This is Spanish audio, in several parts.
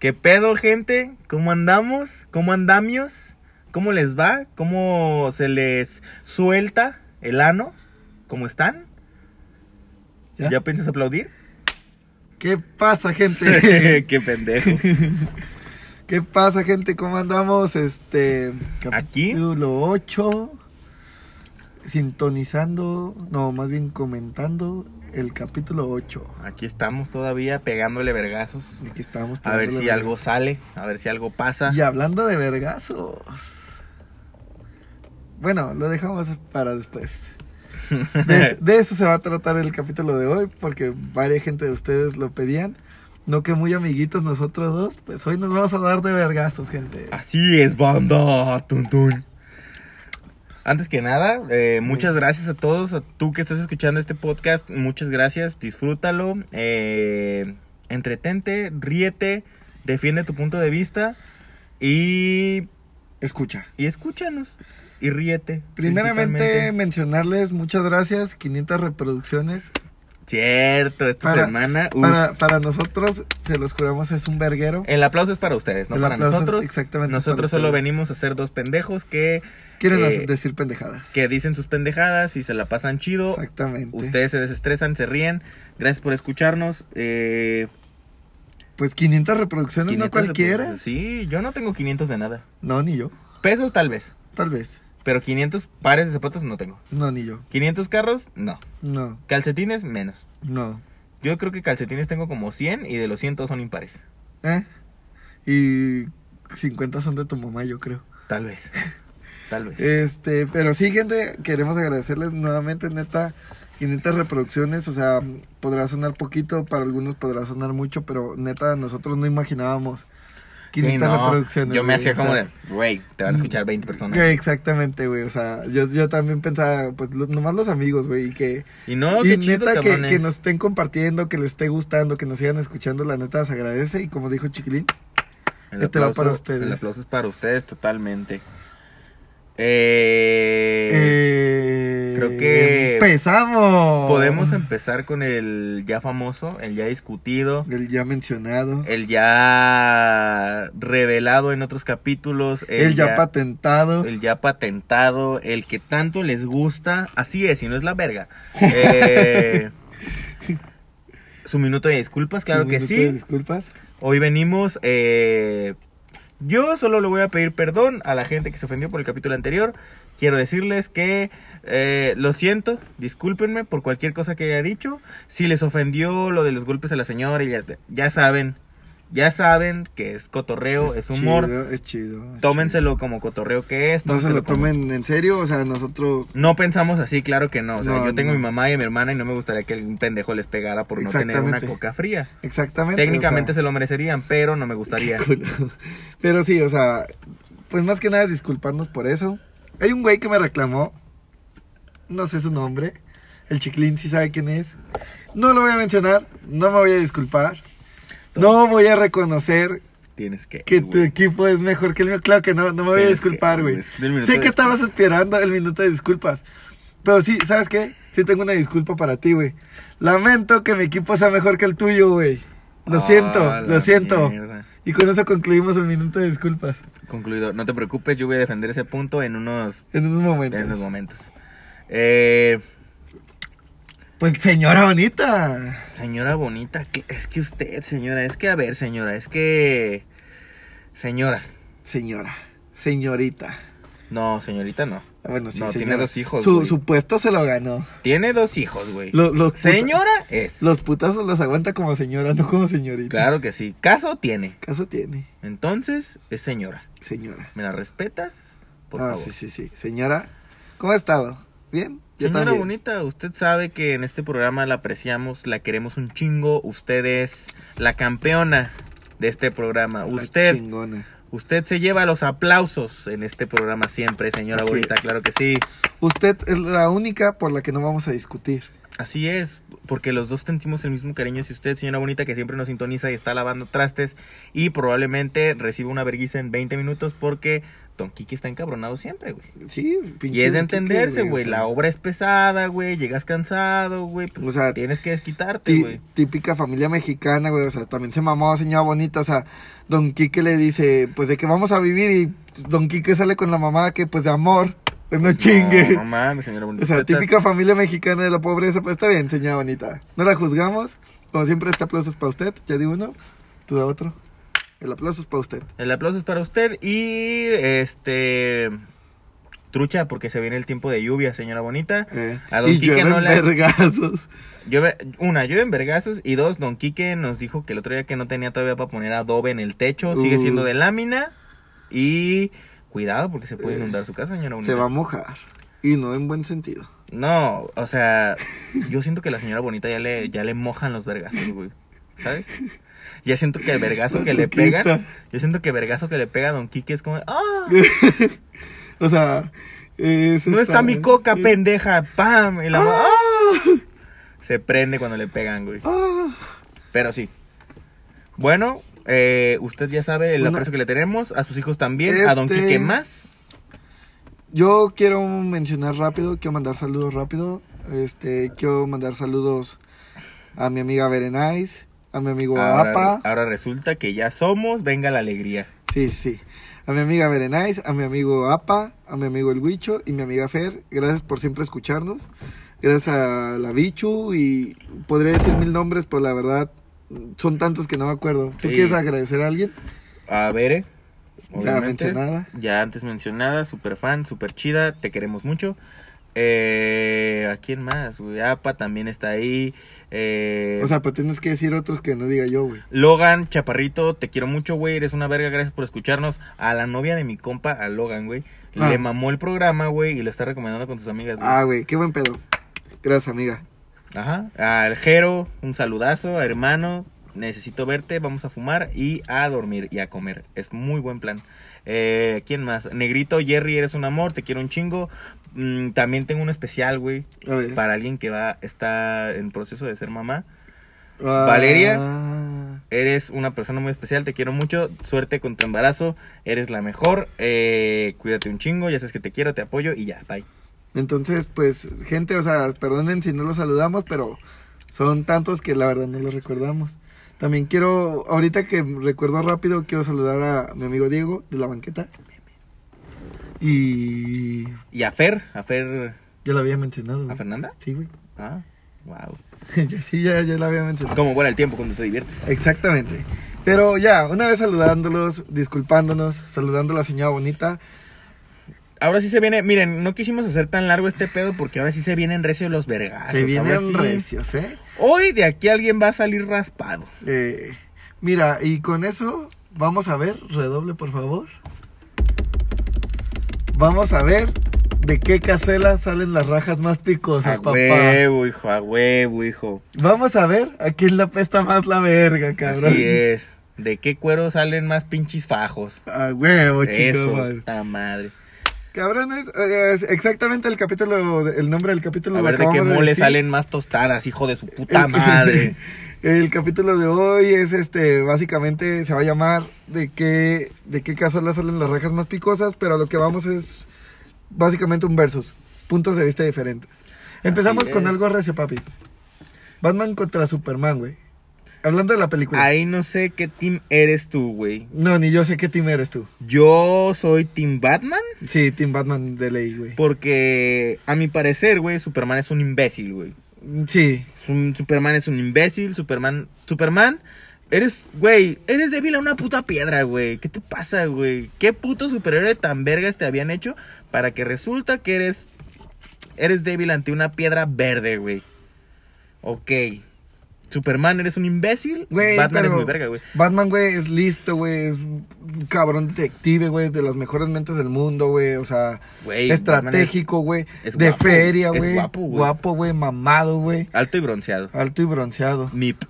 ¿Qué pedo, gente? ¿Cómo andamos? ¿Cómo andamios? ¿Cómo les va? ¿Cómo se les suelta el ano? ¿Cómo están? ¿Ya, ¿Ya? piensas aplaudir? ¿Qué pasa, gente? Qué pendejo. ¿Qué pasa, gente? ¿Cómo andamos? Este. Aquí. Capítulo 8. Sintonizando, no, más bien comentando el capítulo 8. Aquí estamos todavía pegándole vergazos. El que estábamos A ver poniéndole si verga- algo sale, a ver si algo pasa. Y hablando de vergazos. Bueno, lo dejamos para después. De, de eso se va a tratar el capítulo de hoy, porque varias gente de ustedes lo pedían. No que muy amiguitos nosotros dos, pues hoy nos vamos a dar de vergazos, Ah, gente. Así es, banda. Tun, tun. Antes que nada, eh, muchas gracias a todos, a tú que estás escuchando este podcast, muchas gracias, disfrútalo, eh, entretente, ríete, defiende tu punto de vista y, Escucha. y escúchanos y ríete. Primeramente principalmente. mencionarles muchas gracias, 500 reproducciones. Cierto, esta Para- semana... uf, Para, para nosotros, se los juramos, es un verguero. El aplauso es para ustedes, no El para aplauso es nosotros. exactamente Nosotros para solo ustedes. venimos a ser dos pendejos que, Quieren eh, decir pendejadas. que dicen sus pendejadas y se la pasan chido. Exactamente. Ustedes se desestresan, se ríen. Gracias por escucharnos. Eh, Pues 500 reproducciones, 500 no cualquiera. reproducciones. Sí, yo no tengo 500 de nada. No, ni yo. Pesos tal vez, Tal vez. pero 500 pares de zapatos no tengo. No, ni yo. 500 carros, no. No, Calcetines, menos. no. Yo creo que calcetines tengo como 100 y de los 100 todos son impares. ¿Eh? Y 50 son de tu mamá, yo creo. Tal vez. Tal vez. Este, pero sí, gente, queremos agradecerles nuevamente, neta, 500 reproducciones, o sea, podrá sonar poquito, para algunos podrá sonar mucho, pero neta, nosotros no imaginábamos Sí, 500 no, reproducciones. Yo me güey, hacía o sea, como de, güey, te van a escuchar 20 personas. que exactamente, güey, o sea, yo, yo también pensaba, pues, lo- nomás los amigos, güey, y que... Y no, y qué chido, neta, que, cabrones. que nos estén compartiendo, que les esté gustando, que nos sigan escuchando, la neta, se agradece, y como dijo Chiquilín, El Este va aplauso- para ustedes. El aplauso es para ustedes totalmente. Eh, eh, creo que- ¡Empezamos! podemos empezar con el ya famoso, el ya discutido, El ya mencionado. el ya revelado en otros capítulos, El, ya, patentado. el ya patentado, el que tanto les gusta. Así es, y no es la verga. Eh, su minuto de disculpas, claro Sin que minuto sí. de Disculpas. Hoy venimos. eh, yo solo le voy a pedir perdón a la gente que se ofendió por el capítulo anterior. Quiero decirles que eh, lo siento, discúlpenme por cualquier cosa que haya dicho. Si les ofendió lo de los golpes a la señora, y ya, ya saben, ya saben que es cotorreo, es, humor. chido, es chido. es Tómenselo como cotorreo que es. chido. No se lo tómenselo como- tomen en serio, o sea, nosotros. No pensamos así, claro que no. O sea, No, yo tengo no. mi mamá y mi hermana y no me gustaría que algún pendejo les pegara por no tener una Exactamente. coca fría. Exactamente. Técnicamente o se lo merecerían, pero no me gustaría. sea, culo. Pero sí, o sea, pues más que nada disculparnos por eso. Hay un güey que me reclamó. No sé su nombre. El chiquilín sí sabe quién es. No lo voy a mencionar. No me voy a disculpar. No voy a reconocer Tienes que. que güey. tu equipo es mejor que el mío. Claro que no, no me voy a Tienes disculpar, que- güey. es del minuto Sé de- que estabas esperando el minuto de disculpas. Pero sí, ¿sabes qué? Sí tengo una disculpa para ti, güey. Lamento que mi equipo sea mejor que el tuyo, güey. Lo Ah, siento, la lo siento. mierda. Y con eso concluimos el minuto de disculpas. Concluido. No te preocupes, yo voy a defender ese punto en unos, En unos momentos. en unos momentos. Eh, Pues señora bonita. señora bonita, que- es que usted, señora, es que a ver, señora, es que. Señora. Señora. Señorita. No, señorita no. Bueno, sí, No, tiene señora. dos hijos, Su, güey. su puesto se lo ganó. Tiene dos hijos, güey. Lo- los puta- Señora es. Los putazos los aguanta como señora, no como señorita. Claro que sí. Caso tiene. Caso tiene, Entonces, es señora. señora. ¿Me la respetas? Por ah, favor. sí, sí, sí. Señora, ¿cómo ha estado? ¿Bien? Señora bonita, usted sabe que en este programa la apreciamos, la queremos un chingo. Usted es la campeona de este programa. La usted, chingona. usted se lleva los aplausos en este programa siempre, señora Así bonita, es. claro que sí. Usted es la única por la que no vamos a discutir. Así es, porque los dos sentimos el mismo cariño. Si usted, señora bonita, que siempre nos sintoniza y está lavando trastes y probablemente reciba una verguiza en 20 minutos porque Don Kiki está encabronado siempre, güey. Sí, pinche Y es de Don entenderse, Quique, güey. o sea, La obra es pesada, güey. Llegas cansado, güey. pues, O sea, tienes que desquitarte, ti- güey. típica familia mexicana, güey. O sea, también se mamó, señora bonita. O sea, Don Quique le dice, pues de que vamos a vivir. Y Don Quique sale con la mamá que, pues de amor, pues no chingue. No, no mames, señora bonita. O sea, Está- típica familia mexicana de la pobreza, pues está bien, señora bonita. No la juzgamos. Como siempre, este aplauso es para usted. Ya di uno, tú da otro. El aplauso es para usted. El aplauso es para usted y este trucha porque se viene el tiempo de lluvia, señora bonita. Eh, A Don y Quique llueven no le- vergazos. Llueve, una, llueve en vergazos y dos, Don Quique nos dijo que el otro día que no tenía todavía para poner adobe en el techo, sigue Uh. siendo de lámina y cuidado porque se puede Eh, inundar su casa, señora bonita. Se va a mojar. Y no en buen sentido. No, o sea, yo siento que la señora bonita ya le ya le mojan los vergazos, güey. ¿Sabes? Ya siento que el vergazo que le Masoquista. pegan, yo siento que el vergazo que le pega a Don Quique es como, ¡ah! o sea, es No esta- está mi coca, eh, pendeja. ¡Pam! Y la ¡Ah! se prende cuando le pegan, güey. ¡Ah! Pero sí. Bueno, eh, usted ya sabe el Una- aprecio que le tenemos. A sus hijos también. A Don Este- Quique más. Yo quiero mencionar rápido, quiero mandar saludos rápido. Este, quiero mandar saludos a mi amiga Berenice, a mi amigo Ahora, Apa. ahora resulta que ya somos. Venga la alegría. Sí, sí. A mi amiga Berenice, a mi amigo Apa, a mi amigo El Huicho y mi amiga Fer. Gracias por siempre escucharnos. Gracias a la Bichu y podría decir mil nombres, pero la verdad son tantos que no me acuerdo. ¿Tú Sí. quieres agradecer a alguien? A Bere. Ya obviamente. mencionada. Ya antes mencionada. Super fan, super chida. Te queremos mucho. Eh, ¿A quién más? güey? Apa también está ahí. Eh, O sea, pues tienes que decir otros que no diga yo, güey. Logan, chaparrito, te quiero mucho, güey. Eres una verga, gracias por escucharnos. A la novia de mi compa, a Logan, güey. Ah. Le mamó el programa, güey, y lo está recomendando con sus amigas, güey. Ah, güey, qué buen pedo. Gracias, amiga. Ajá. Al Jero, un saludazo, hermano. Necesito verte, vamos a fumar y a dormir y a comer. Es muy buen plan. Eh, ¿Quién más? Negrito, Jerry, eres un amor, te quiero un chingo. Mm, también tengo un especial, güey, A ver. para alguien que va, está en proceso de ser mamá. Ah, Valeria. Eres una persona muy especial, te quiero mucho. Suerte con tu embarazo, eres la mejor. eh, cuídate un chingo, ya sabes que te quiero, te apoyo y ya, bye. Entonces, pues, gente, o sea, perdonen si no los saludamos, pero son tantos que la verdad no los recordamos. También quiero, ahorita que recuerdo rápido, quiero saludar a mi amigo Diego de la banqueta. Y Y a Fer, a Fer, ya la había mencionado. güey. a Fernanda. Sí, güey. Ah, wow. Pues Ya, sí, ya, ya la había mencionado. Como vuela el tiempo cuando te diviertes. Exactamente. Pero ya, una vez saludándolos, disculpándonos, saludando a la señora bonita. Ahora sí se viene, miren, no quisimos hacer tan largo este pedo porque ahora sí se vienen recios los vergazos. Se ahora vienen Ah, sí. recios, ¿eh? Hoy de aquí alguien va a salir raspado. Eh, mira, y con eso vamos a ver, redoble por favor. Vamos a ver de qué cazuela salen las rajas más picosas, a papá. huevo, hijo, a huevo, hijo. Vamos a ver a quién la pesta más la verga, cabrón. Así es. ¿De qué cuero salen más pinches fajos? A huevo, Eso, chicos. puta madre. Cabrones, eh, es exactamente el capítulo, el nombre del capítulo A lo ver de qué acabamos mole decir. salen más tostadas, hijo de su puta El- madre. El capítulo de hoy es este, básicamente se va a llamar de qué, de qué cazuela salen las rajas más picosas, pero a lo que vamos es básicamente un versus, puntos de vista diferentes. Empezamos Así con es. algo recio, papi. Batman contra Superman, güey. Hablando de la película. Ahí no sé qué team eres tú, güey. No, ni yo sé qué team eres tú. Yo soy Team Batman Sí, Team Batman de ley, güey. porque, a mi parecer, güey, Superman es un imbécil, güey. Sí, Es un- Superman es un imbécil, Superman... Superman, eres, güey, eres débil a una puta piedra, güey. ¿Qué te pasa, güey? ¿Qué puto superhéroe tan vergas te habían hecho para que resulta que eres... Eres débil ante una piedra verde, güey. Ok. Superman, eres un imbécil. Güey, Batman es pero muy verga, güey. Batman, güey, es listo, güey, es un cabrón detective, güey, de las mejores mentes del mundo, güey, o sea, Güey, estratégico, güey, es de guapo, feria, es güey, guapo, güey. guapo, güey, mamado, güey, Alto y bronceado. alto y bronceado, Mip.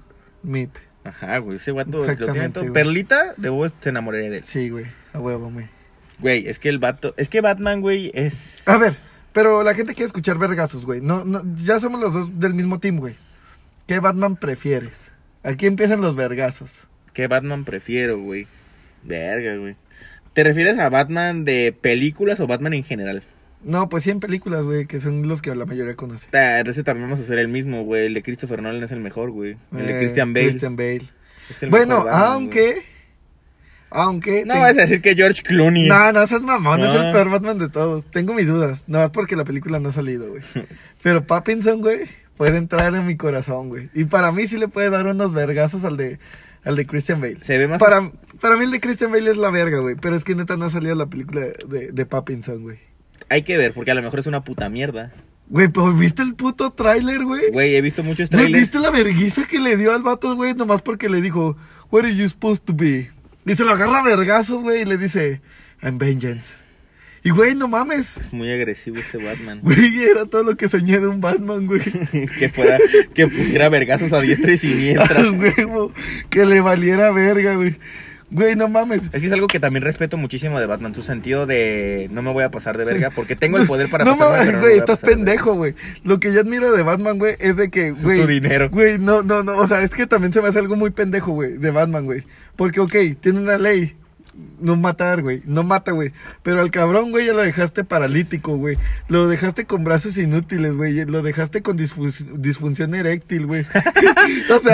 mip, Ajá, güey. Ese guato lo tiene Exactamente, todo. güey. Perlita, de vos te enamoraré de él. sí, güey, a huevo, güey. Ah, Güey, es que el vato. Es que Batman, güey, es. A ver, Pero la gente quiere escuchar vergazos, güey. No, no, ya somos los dos del mismo team, güey. ¿Qué Batman prefieres? Aquí empiezan los vergazos. ¿Qué Batman prefiero, güey? Verga, güey. ¿Te refieres a Batman de películas o Batman en general? No, pues 100 películas, güey, que son los que la mayoría conoce. Ta- Ese también vamos a hacer el mismo, güey. El de Christopher Nolan es el mejor, güey. El de Eh, Christian Bale. Christian Bale. es el Bueno, mejor Batman, aunque. Aunque. güey. No ten- vas a decir que George Clooney. No, no seas mamón, es No. el peor Batman de todos. Tengo mis dudas. No, es porque la película no ha salido, güey. Pero Pattinson, güey, puede entrar en mi corazón, güey. Y para mí sí le puede dar unos vergazos al de, al de Christian Bale. Se ve más. Para, para mí el de Christian Bale es la verga, güey. Pero es que neta no ha salido la película de, de, de Pattinson, güey. Hay que ver, porque a lo mejor es una puta mierda. Güey, pero ¿viste el puto tráiler, güey? Güey, he visto muchos Güey, trailers. ¿viste la verguiza que le dio al vato, güey? Nomás porque le dijo, Where are you supposed to be? Y se lo agarra a vergazos, güey, y le dice, I'm vengeance. Y, güey, no mames. Es muy agresivo ese Batman. Güey, era todo lo que soñé de un Batman, güey. que fuera, que pusiera vergazos a diestra y siniestra. Al huevo, que le valiera verga, güey. Güey, no mames. Es que es algo que también respeto muchísimo de Batman, tu sentido de no me voy a pasar de verga porque tengo el poder para No pasarme, mames, pero no güey, me voy a estás pasar de pendejo, güey. Lo que yo admiro de Batman, güey, es de que, verga. güey. Su dinero. Güey, no, no, no, o sea, es que también se me hace algo muy pendejo, güey, de Batman, güey. Porque, ok, tiene una ley, no matar, güey, no mata, güey. Pero al cabrón, güey, ya lo dejaste paralítico, güey. Lo dejaste con brazos inútiles, güey. Lo dejaste con disfus- disfunción eréctil, güey.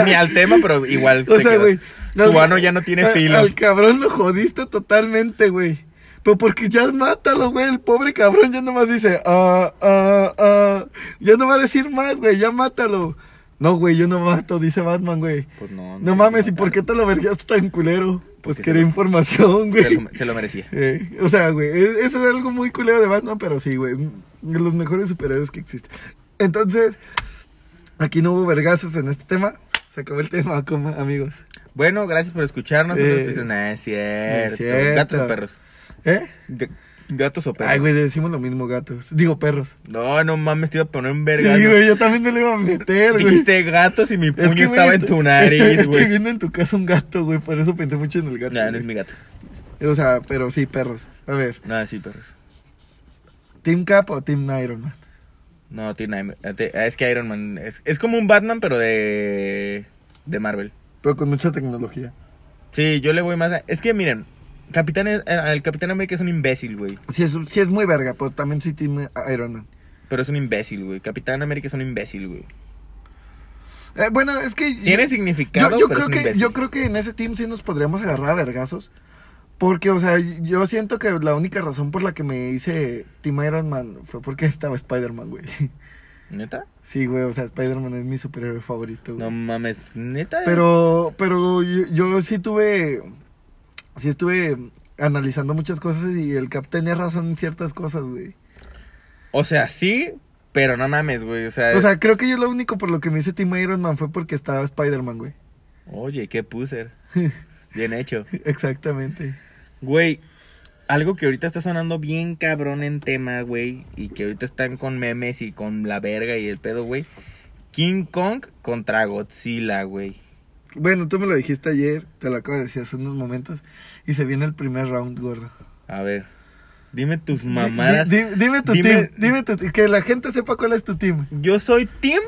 o Ni al tema, pero igual. o se sea, quedó. güey. al- Su ano ya no tiene al- filo. Al cabrón lo jodiste totalmente, güey. Pero porque ya mátalo, güey. El pobre cabrón ya nomás dice, ah, ah, ah. Ya no va a decir más, güey. Ya mátalo. No, güey, yo no mato, dice Batman, güey. Pues no, No mames, ¿y por qué te lo vergaste tan culero? Pues Porque quería se lo- información, Se güey. lo, se lo merecía. Eh, o sea, güey, e- eso es algo muy culero de Batman, pero sí, güey, de los mejores superhéroes que existen. Entonces, aquí no hubo vergazos en este tema. Se acabó el tema, coma, amigos. Bueno, gracias por escucharnos. Eh, Otros dicen, "Ah, es cierto. es cierto. Gatos o perros. ¿Eh? G- gatos o perros. Ay, güey, decimos lo mismo, gatos. Digo, perros. No, no mames, te iba a poner un Sí, verga. güey, yo también me lo iba a meter, güey. Dijiste gatos y mi puño güey, estaba en estoy- tu estoy- nariz, Estoy, güey. viendo en tu casa un gato, güey, por eso pensé mucho en el gato. No, no güey. es mi gato. O sea, pero sí, perros. A ver, No, sí, perros. ¿Team Cap o Team Iron Man? No, tiene, es que Iron Man es, es como un Batman, pero de, de Marvel. Pero con mucha tecnología. Sí, yo le voy más a... Es que miren, Capitán, es- eh, el Capitán América es un imbécil, güey. Sí es, sí es muy verga, pero también soy Team Iron Man. Pero es un imbécil, güey. Capitán América es un imbécil, güey. Eh, bueno, es que... Tiene yo, significado, pero yo creo es un que, imbécil. yo creo que en ese team sí nos podríamos agarrar a vergazos. Porque, o sea, yo siento que la única razón por la que me hice Team Iron Man fue porque estaba Spider-Man, güey. ¿Neta? Sí, güey, o sea, Spider-Man es mi superhéroe favorito, güey. No mames, ¿neta? Pero, pero yo, yo sí tuve, sí estuve analizando muchas cosas y el Cap tenía razón en ciertas cosas, güey. O sea, sí, pero no mames, güey. O sea... O sea, creo que yo lo único por lo que me hice Team Iron Man fue porque estaba Spider-Man, güey. Oye, qué puser. Bien hecho. Exactamente. Güey, algo que ahorita está sonando bien cabrón en tema, güey, y que ahorita están con memes y con la verga y el pedo, güey. King Kong contra Godzilla, güey. Bueno, tú me lo dijiste ayer, te lo acabo de decir hace unos momentos, y se viene el primer round, gordo. A ver, dime tus Di- mamadas. di- dime tu Dime- team, dime tu team, que la gente sepa cuál es tu team. Yo soy Tim,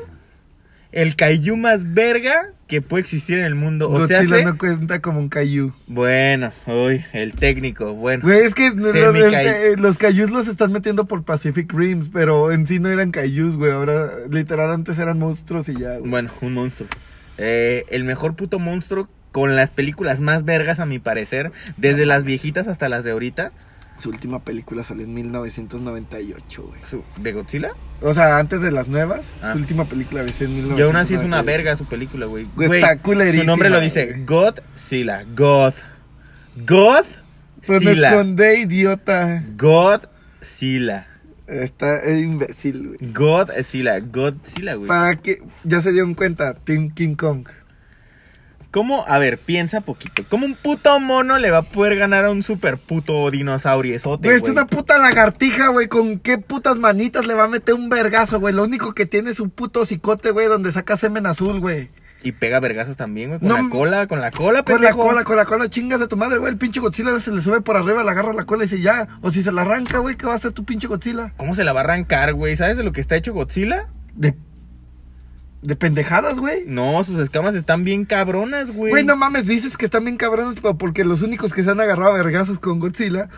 el kaiju más verga que puede existir en el mundo. O sea, Godzilla sé- no cuenta como un Caillou. Bueno, uy, el técnico, bueno. Güey, es que los, Semi-cay- el te- los cayús los están metiendo por Pacific Rims, pero en sí no eran cayús, güey. Ahora, literal, antes eran monstruos y ya, güey. Bueno, un monstruo. Eh, el mejor puto monstruo con las películas más vergas, a mi parecer. Desde las viejitas hasta las de ahorita. Su última película salió en 1998, güey. Su- ¿De Godzilla? O sea, antes de las nuevas, Ah. su última película salió en 1998. Y aún así es una verga su película, güey. Güey, Güey, está culerísima. Su nombre lo güey. dice Godzilla. God. Pero no es Godzilla. con D, idiota. Godzilla. Está es imbécil, güey. Godzilla. Godzilla, güey. Para que ya se dieron cuenta, Team King Kong. ¿Cómo? A ver, piensa poquito. ¿Cómo un puto mono le va a poder ganar a un super puto dinosauriesote, Güey, güey? es una puta lagartija, güey. ¿Con qué putas manitas le va a meter un vergazo, güey? Lo único que tiene es un puto cicote, güey, donde saca semen azul, güey. Y pega vergazos también, güey. Con No, la m- cola, con la cola, Con la pendejo. cola, con la cola, chingas a tu madre, güey. El pinche Godzilla se le sube por arriba, le agarra la cola y dice ya. O si se la arranca, güey, ¿qué va a hacer tu pinche Godzilla? ¿Cómo se la va a arrancar, güey? ¿Sabes de lo que está hecho Godzilla? De, de pendejadas, güey. No, sus escamas están bien cabronas, güey. Güey, no mames, dices que están bien cabrones pa- porque los únicos que se han agarrado a vergazos con Godzilla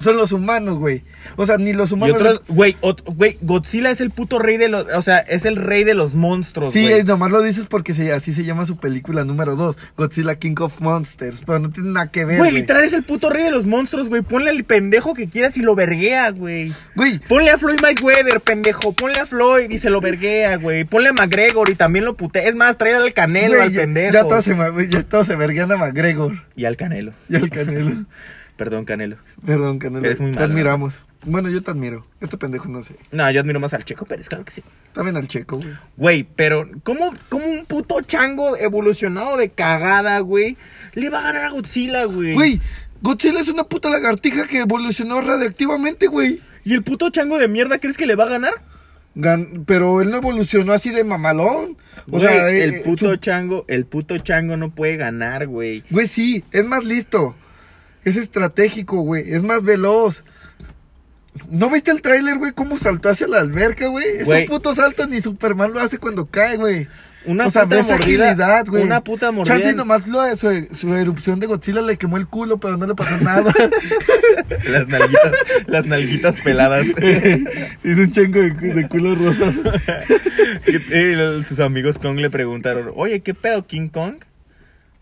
son los humanos, güey. O sea, ni los Y humanos. otros, güey, ot- güey, Godzilla es el puto rey de los, o sea, es el rey de los monstruos, Sí, Pues, güey. es- nomás lo dices porque se- así se llama su película número 2, Godzilla King of Monsters, pero no tiene nada que ver. Güey, Güey, literal es el puto rey de los monstruos, güey. Ponle al pendejo que quieras y lo verguea, güey. Güey, Ponle a Floyd Mayweather, pendejo. Ponle a Floyd y se lo verguea, güey. Ponle a McGregor y también lo putea. Es más, trae al Canelo, güey, al ya- pendejo. Ya todos se, ma- güey, ya todos se verguean a McGregor Y al Canelo. y al Canelo. Perdón, Canelo. Perdón, Canelo, Eres muy te malo. admiramos. Bueno, yo te admiro. Este pendejo no sé. No, yo admiro más al Checo Pérez, claro que sí. También al checo, güey. Güey, pero ¿cómo, ¿cómo un puto chango evolucionado de cagada, güey? Le va a ganar a Godzilla, güey. Güey, Godzilla es una puta lagartija que evolucionó radioactivamente, güey. ¿Y el puto chango de mierda crees que le va a ganar? Gan- pero él no evolucionó así de mamalón. O Güey, sea, eh, el puto su- chango, el puto chango no puede ganar, güey. Güey, sí, es más listo. Es estratégico, güey. Es más veloz. ¿No viste el tráiler, güey? ¿Cómo saltó hacia la alberca, güey? Es un Güey. puto salto, ni Superman lo hace cuando cae, güey. Una o sea, puta ves mordida, agilidad, güey. Una puta mordida. Chance en- nomás lo de su, su erupción de Godzilla le quemó el culo, pero no le pasó nada. Las nalguitas, las nalguitas peladas. Se hizo un chengo de, de culo rosa. Y los- eh, sus amigos Kong le preguntaron, oye, ¿qué pedo, King Kong?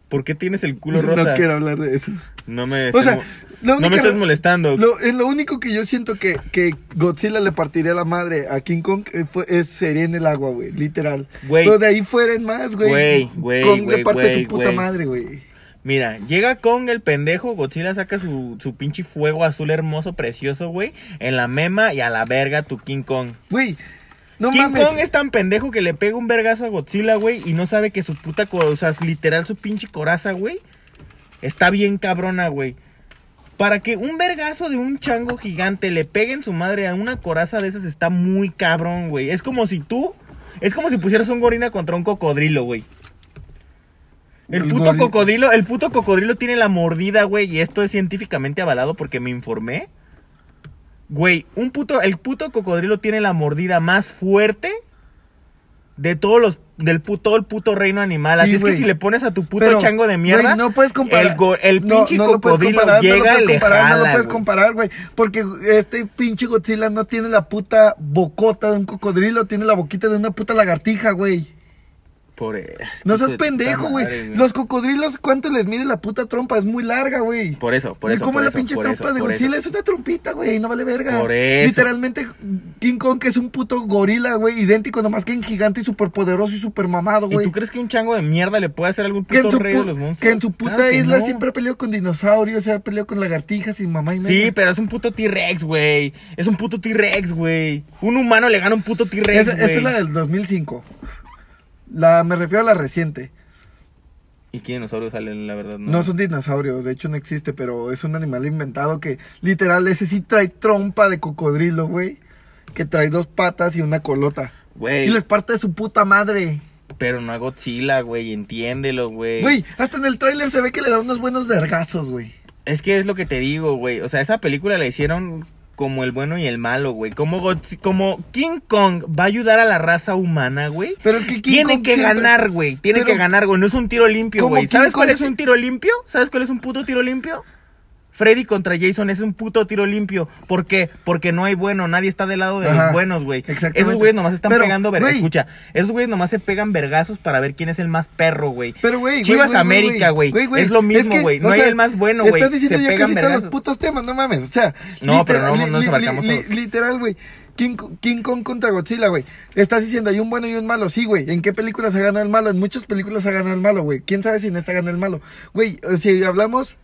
¿Por qué tienes el culo rosa? No quiero hablar de eso. No me, O estés sea, mo- la no me única- estés molestando. Lo, en lo único que yo siento que, que Godzilla le partiría la madre a King Kong eh, fue, es, sería en el agua, güey, literal. Güey. Pero de ahí fuera en más, güey. Güey, güey, Kong le güey, parte güey, su puta güey. madre, güey. Mira, llega Kong el pendejo, Godzilla saca su, su pinche fuego azul hermoso, precioso, güey, en la mema y a la verga tu King Kong. Güey, no King mames. Kong es tan pendejo que le pega un vergazo a Godzilla, güey, y no sabe que su puta, co- o sea, literal su pinche coraza, güey, está bien cabrona, güey. Para que un vergazo de un chango gigante le pegue en su madre a una coraza de esas está muy cabrón, güey. Es como si tú, es como si pusieras un gorila contra un cocodrilo, güey. El El puto gorila. cocodrilo, el puto cocodrilo tiene la mordida, güey, y esto es científicamente avalado porque me informé. Güey, un puto, el puto cocodrilo tiene la mordida más fuerte de todos los, del puto, todo el puto reino animal. Sí, Así es güey. que si le pones a tu puto Pero, chango de mierda, güey, no puedes comparar. el, go- el No, pinche no lo puedes cocodrilo comparar, llega no y lo le puedes comparar, No lo jala, puedes güey. comparar, güey. Porque este pinche Godzilla no tiene la puta bocota de un cocodrilo, tiene la boquita de una puta lagartija, güey. Por- es No que seas puta pendejo, madre, güey. Los cocodrilos, ¿cuánto les mide la puta trompa? Es muy larga, güey. Por eso, por Y eso. como por la eso, pinche por trompa eso, de por eso. Godzilla es una trompita, güey, no vale verga. Por eso. Literalmente King Kong que es un puto gorila, güey, idéntico nomás que en gigante y súper poderoso y súper mamado, ¿Y güey. tú crees que un chango de mierda le puede hacer algún Que en, puto su rey de pu- los monstruos? que en su puta Claro que isla no. siempre ha peleado con dinosaurios, se ha peleado con lagartijas y mamá y media. Sí, pero es un puto T-Rex, güey. Es un puto T-Rex, güey. Un humano le gana a un puto T-Rex, Esa, esa es güey. la del 2005. La, me refiero a la reciente. ¿Y qué dinosaurio sale, la verdad? No, No. son dinosaurios, de hecho no existe, pero es un animal inventado que literal ese sí trae trompa de cocodrilo, güey. Que trae dos patas y una colota. Güey, Y les parte de su puta madre. pero no a Godzilla, güey. Entiéndelo, güey. Güey, hasta en el tráiler se ve que le da unos buenos vergazos, güey. Es que es lo que te digo, güey. O sea, esa película la hicieron como el bueno y el malo, güey. Como, Godzi- como King Kong va a ayudar a la raza humana, güey. Pero es que King Tiene Kong que siempre- ganar, güey. Tiene Pero- que ganar, güey. No es un tiro limpio, Como güey. King ¿Sabes cuál Kong es sí- un tiro limpio? ¿Sabes cuál es un puto tiro limpio? Freddy contra Jason es un puto tiro limpio. ¿Por qué? Porque no hay bueno. Nadie está del lado de Ajá, los buenos, güey. exactamente. Esos güeyes nomás están Pero, pegando vergas. güey. Escucha, esos güeyes nomás se pegan vergazos para ver quién es el más perro, güey. Pero, güey, güey, Chivas güey, América, güey. Es lo mismo, que, güey. o No hay sea, el más bueno, güey. Estás diciendo Se ya pegan casi todos los vergazos. putos temas, no mames. O sea, No, literal- pero no- no nos abarcamos todos. Literal, güey. King, Co- King Kong contra Godzilla, güey. Estás diciendo hay un bueno y un malo. Sí, güey. ¿En qué películas ha ganado el malo? En muchas películas ha ganado el malo, güey. ¿Quién sabe si en esta gana el malo? Güey, o si hablamos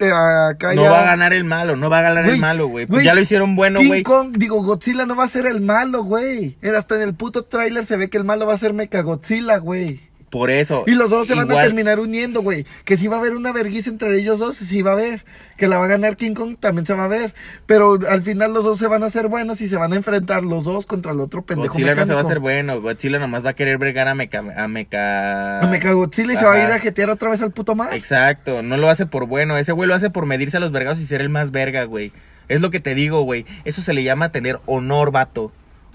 eh, acá No ya- va a ganar el malo, no va a ganar el Güey, malo, güey. Pues ya lo hicieron bueno, King güey. Kong, digo, Godzilla no va a ser el malo, güey. Eh, Hasta en el puto tráiler se ve que el malo va a ser Mecha Godzilla, güey. Por eso. Y los dos se van a igual- terminar uniendo, güey. Que si va a haber una vergüenza entre ellos dos, sí va a haber. Que la va a ganar King Kong, también se va a ver. Pero al final los dos se van a hacer buenos y se van a enfrentar los dos contra el otro pendejo. Godzilla no se va a mecánico. hacer bueno. Godzilla nomás va a querer bregar a Mecha. A Mecha. A Mecha Godzilla y se va a ir Ajá. a jetear otra vez al puto mar. Exacto, no lo hace por bueno. Ese güey lo hace por medirse a los vergados y ser el más verga, güey. Es lo que te digo, güey. Eso se le llama tener honor, vato.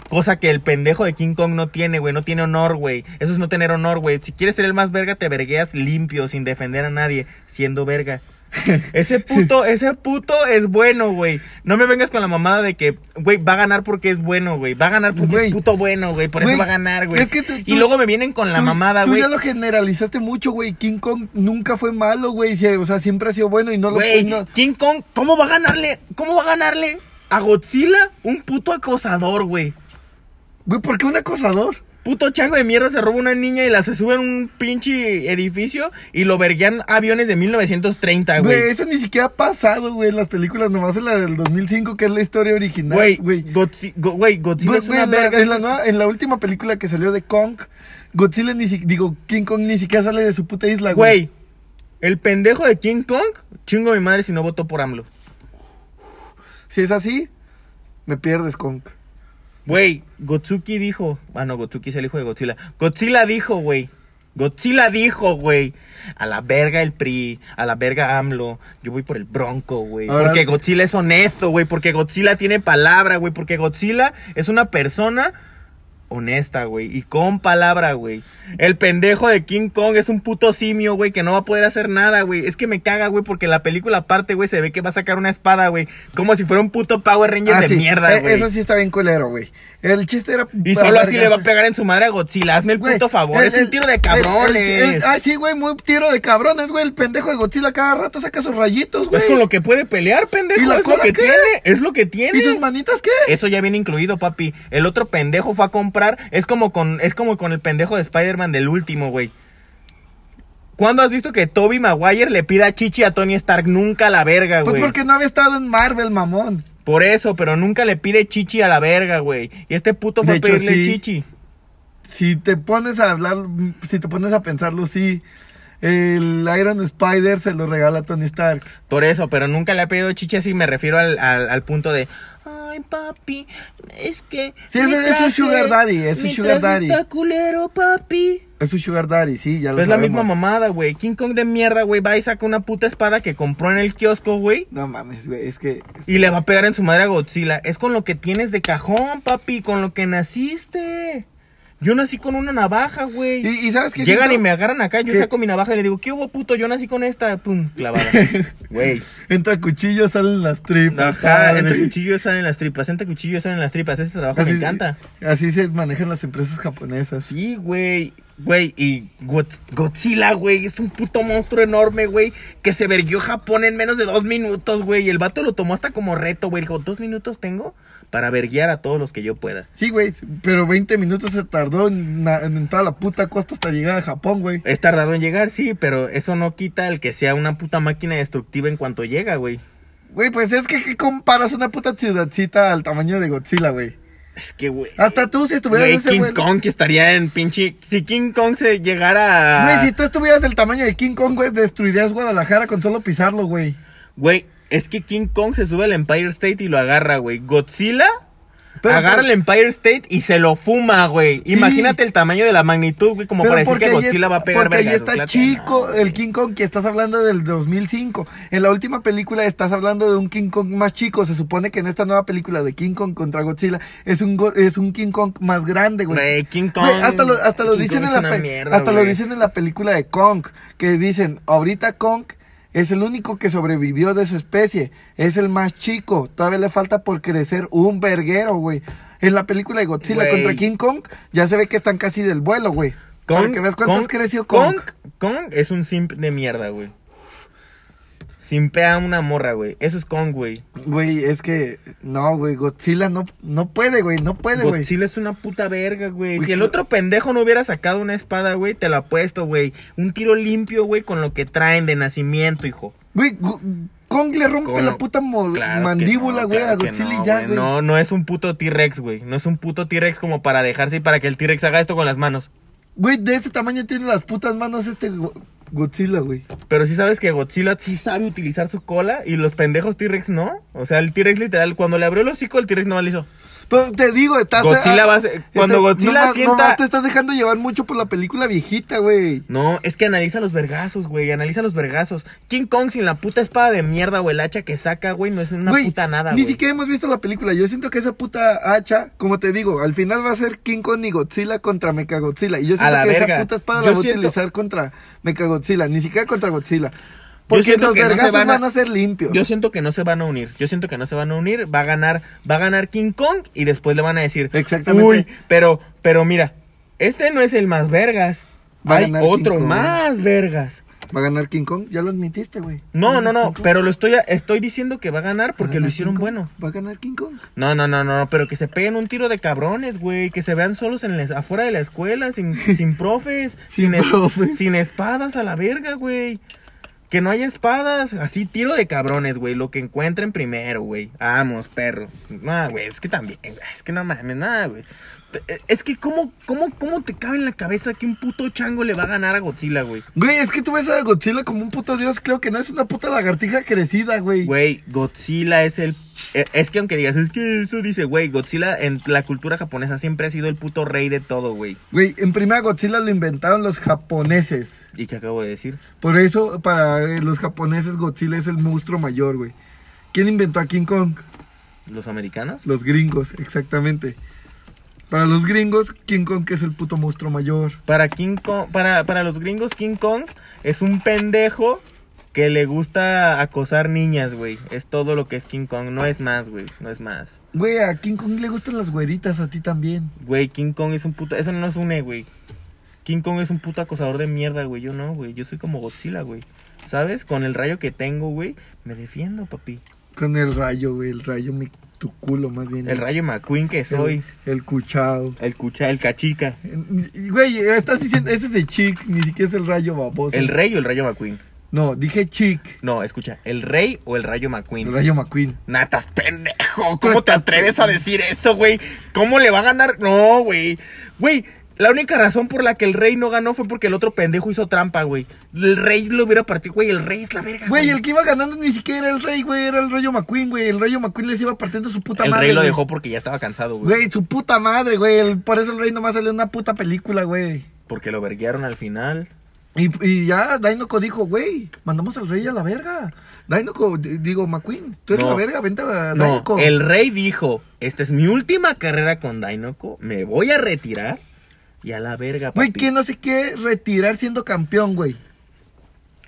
Cosa que el pendejo de King Kong no tiene, güey. No tiene honor, güey. Eso es no tener honor, güey. Si quieres ser el más verga, te vergueas limpio, sin defender a nadie, siendo verga. Ese puto, ese puto es bueno, güey. No me vengas con la mamada de que, güey, va a ganar porque es bueno, güey. Va a ganar porque Güey. es puto bueno, güey. Por eso Güey, va a ganar, güey. es que tú- y tú- luego me vienen con la Tú- mamada, Tú güey. ya lo generalizaste mucho, güey. King Kong nunca fue malo, güey. Sí, O sea, siempre ha sido bueno y no lo. Güey, no- King Kong, ¿cómo va a ganarle? ¿Cómo va a ganarle a Godzilla un puto acosador, güey? Güey, ¿por qué un acosador? Puto chango de mierda se roba una niña y la se sube en un pinche edificio y lo verguean aviones de 1930, Güey, Ah, güey. eso ni siquiera ha pasado, güey, en las películas, nomás en la del 2005, que es la historia original, Güey, güey. Godzi- Go- güey, Godzilla Güey, es güey, una en, la, verga. en la nueva- en la última película que salió de Kong, Godzilla ni siquiera, digo, King Kong ni siquiera sale de su puta isla, güey. Güey, el pendejo de King Kong, chingo a mi madre si no votó por AMLO. Si es así, me pierdes, Kong. Güey, Gotsuki dijo. Ah, no, Gotsuki es el hijo de Godzilla. Godzilla dijo, güey. Godzilla dijo, güey. A la verga el PRI, a la verga AMLO. Yo voy por el bronco, güey. Ahora- Porque Godzilla es honesto, güey. Porque Godzilla tiene palabra, güey. Porque Godzilla es una persona honesta, güey. Y con palabra, güey. El pendejo de King Kong es un puto simio, güey, que no va a poder hacer nada, güey. Es que me caga, güey, porque en la película aparte, güey, se ve que va a sacar una espada, güey. Como si fuera un puto Power Ranger Ah, de sí, mierda, eh, güey. Eso sí está bien culero, güey. El chiste era... Y para solo así le va a vergas. pegar en su madre a Godzilla. Hazme el Güey, puto favor. el- es un el- tiro de el- cabrones. el- el- ah, sí, güey, muy tiro de cabrones, güey. El pendejo de Godzilla cada rato saca sus rayitos, güey. es Pues con lo que puede pelear, pendejo. ¿Y es la lo cola que qué? tiene. Es lo que tiene. ¿Y sus manitas qué? Eso ya viene incluido, papi. El otro pendejo fue a comprar. Es como con, es como con el pendejo de Spider-Man del último, güey. ¿Cuándo has visto que Toby Maguire le pida chichi a Tony Stark? Nunca a la verga, Pues güey. porque no había estado en Marvel, mamón. Por eso, pero nunca le pide chichi a la verga, güey. Y este puto fue De a hecho, pedirle sí. chichi. Si te pones a hablar, mm, si te pones a pensarlo, sí. El Iron Spider se lo regala a Tony Stark. Por eso, pero nunca le ha pedido chichi así, me refiero al, al, al punto de... Ay, papi, es que... Sí, es- mi es un sugar daddy, es un mi sugar traje daddy. está culero, papi. Es su Sugar Daddy, sí, ya lo Pues es la sabemos. misma mamada, güey. King Kong de mierda, güey, va y saca una puta espada que compró en el kiosco, güey. No mames, güey, es que. es- Y le va a pegar en su madre a Godzilla. Es con lo que tienes de cajón, papi, con lo que naciste. Yo nací con una navaja, güey. Y, y sabes que. Llegan y me agarran acá, yo que- saco mi navaja y le digo, ¿qué hubo, puto? Yo nací con esta, pum, clavada. Güey. Entra cuchillo, salen las tripas. Ajá, padre. entre cuchillos salen las tripas, entre cuchillos salen las tripas, ese trabajo me encanta. Así se manejan las empresas japonesas. Sí, güey, güey, y Got- Godzilla, güey, es un puto monstruo enorme, güey, que se verguió Japón en menos de dos minutos, güey, y el vato lo tomó hasta como reto, güey, dijo, dos minutos tengo para verguiar a todos los que yo pueda. Sí, güey, pero 20 minutos se tardó en, na- en toda la puta costa hasta llegar a Japón, güey. Es tardado en llegar, sí, pero eso no quita el que sea una puta máquina destructiva en cuanto llega, güey. Güey, pues es que ¿qué comparas una puta ciudadcita al tamaño de Godzilla, güey. Es que, güey. Hasta tú si estuvieras Güey, ese King güey. Kong que estaría en pinche. Si King Kong se llegara a. Güey, si tú estuvieras del tamaño de King Kong, güey, destruirías Guadalajara con solo pisarlo, güey. Güey, es que King Kong se sube al Empire State y lo agarra, güey. Godzilla Pero- agarra pero- el Empire State y se lo fuma, güey. Sí. Imagínate el tamaño de la magnitud, güey, como Pero para decir que ahí Godzilla es- va a pegar Porque ahí vergazos, está claro que chico no, el güey. King Kong que estás hablando del 2005. En la última película estás hablando de un King Kong más chico. Se supone que en esta nueva película de King Kong contra Godzilla es un, go- es un King Kong más grande, güey. Güey, King Kong. Güey, hasta lo, hasta lo King dicen Kong en es la una pe- mierda, hasta lo güey. dicen en la película de Kong que dicen ahorita Kong es el único que sobrevivió de su especie es el más chico todavía le falta por crecer un verguero güey en la película de Godzilla Güey. contra King Kong ya se ve que están casi del vuelo güey para Kong- que veas cuántos Kong- creció Kong, Kong es un simp de mierda, güey. Simpea a una morra, güey. Eso es Kong, güey. güey es que no güey Godzilla no no puede güey no puede güey Godzilla es una puta verga, güey. Uy, Si el qué- otro pendejo no hubiera sacado una espada, güey, te la apuesto, güey. Un tiro limpio, güey, con lo que traen de nacimiento, hijo. güey Go- Kong le rompe Con- la puta mo- Claro que mandíbula no, güey claro a que Godzilla no, y ya güey. güey No, no es un puto T-Rex, güey. No es un puto T-Rex como para dejarse y para que el T-Rex haga esto con las manos. Güey, de ese tamaño tiene las putas manos este Go- Godzilla, güey. Pero sí sabes que Godzilla sí sabe utilizar su cola y los pendejos T-Rex no. O sea, el T-Rex literal, cuando le abrió el hocico, el T-Rex no le hizo. Pero te digo, estás. ah, este, Godzilla va a ser- cuando Godzilla nomás- sienta- nomás te estás dejando llevar mucho por la película viejita, güey. No, es que analiza los vergazos, güey. Analiza los vergazos. King Kong sin la puta espada de mierda o el hacha que saca, güey, no es una Güey, puta nada, Ni güey. siquiera hemos visto la película. Yo siento que esa puta hacha, como te digo, al final va a ser King Kong y Godzilla contra Mechagodzilla. Y yo A siento la que verga. esa puta espada Yo la voy siento- a utilizar contra Mechagodzilla, ni siquiera contra Godzilla. Porque siento los que no se vergazos van van, a- a... ser limpios. Yo siento que no se van a unir. Yo siento que no se van a unir. Va a ganar, va a ganar King Kong y después le van a decir. Exactamente. Uy, pero, pero mira, este no es el más vergas. Va a Hay ganar King otro Kong. más vergas. Va a ganar King Kong, ya lo admitiste, güey. Va No, a no, ganar no. King Kong. Pero lo estoy, estoy diciendo que va a ganar Va a porque lo ganar hicieron King Kong. bueno. Va a ganar King Kong. No, no, no, no, no, pero que se peguen un tiro de cabrones, güey. Que se vean solos en la- afuera de la escuela, sin, sin profes, sin, Sin es- profes. sin espadas a la verga, güey. Que no haya espadas, así tiro de cabrones, güey. Lo que encuentren primero, güey. Vamos, perro. No, güey, es que también, güey, es que no mames, nada, güey. Te- eh, Es que, ¿cómo, cómo, ¿cómo te cabe en la cabeza que un puto chango le va a ganar a Godzilla, güey? Güey, es que tú ves a Godzilla como un puto dios, creo que no es una puta lagartija crecida, güey. Güey, Godzilla es el. eh, Es que aunque digas, es que eso dice, güey, Godzilla en la cultura japonesa siempre ha sido el puto rey de todo, güey. Güey, en primera Godzilla lo inventaron los japoneses. ¿Y qué acabo de decir? Por eso, para eh, los japoneses, Godzilla es el monstruo mayor, güey. ¿Quién inventó a King Kong? ¿Los americanos? Los gringos, exactamente. Para los gringos, King Kong es el puto monstruo mayor. Para King Kong, para, para los gringos, King Kong es un pendejo que le gusta acosar niñas, güey. Es todo lo que es King Kong, no es más, güey, no es más. Güey, a King Kong le gustan las güeritas, a ti también. Güey, King Kong es un puto. Eso no nos une, güey. King Kong es un puto acosador de mierda, güey. Yo no, güey. Yo soy como Godzilla, güey. ¿Sabes? Con el rayo que tengo, güey, me defiendo, papi. Con el rayo, güey, el rayo, mi, tu culo más bien. El rayo McQueen que soy. El, el cuchao. El cucha, el cachica. Güey, estás diciendo, ese es el chic, ni siquiera es el rayo baboso. El rey o el rayo McQueen. No, dije chic, No, escucha, el rey o el rayo McQueen. el rayo McQueen. Natas, pendejo. Tú ¿Cómo te estás atreves a decir eso, güey? ¿Cómo le va a ganar? No, güey. Güey, la única razón por la que el rey no ganó fue porque el otro pendejo hizo trampa, güey. El rey lo hubiera partido, güey. El rey es la verga. Güey, el que iba ganando ni siquiera era el rey, güey, era el rayo McQueen, güey. El rayo McQueen les iba partiendo su puta El madre. rey lo güey. dejó porque ya estaba cansado, güey. Güey, su puta madre, güey. El- Por eso el rey nomás salió en una puta película, güey. Porque lo verguearon al final. Y, y ya Dainoco dijo, güey, mandamos al rey a la verga. Dainoco, d- digo, McQueen, tú eres No. la verga, vente a No, Dainoco. el rey dijo, esta es mi última carrera con Dainoco, me voy a retirar y a la verga, papi. Güey, que no se quiere retirar siendo campeón, güey.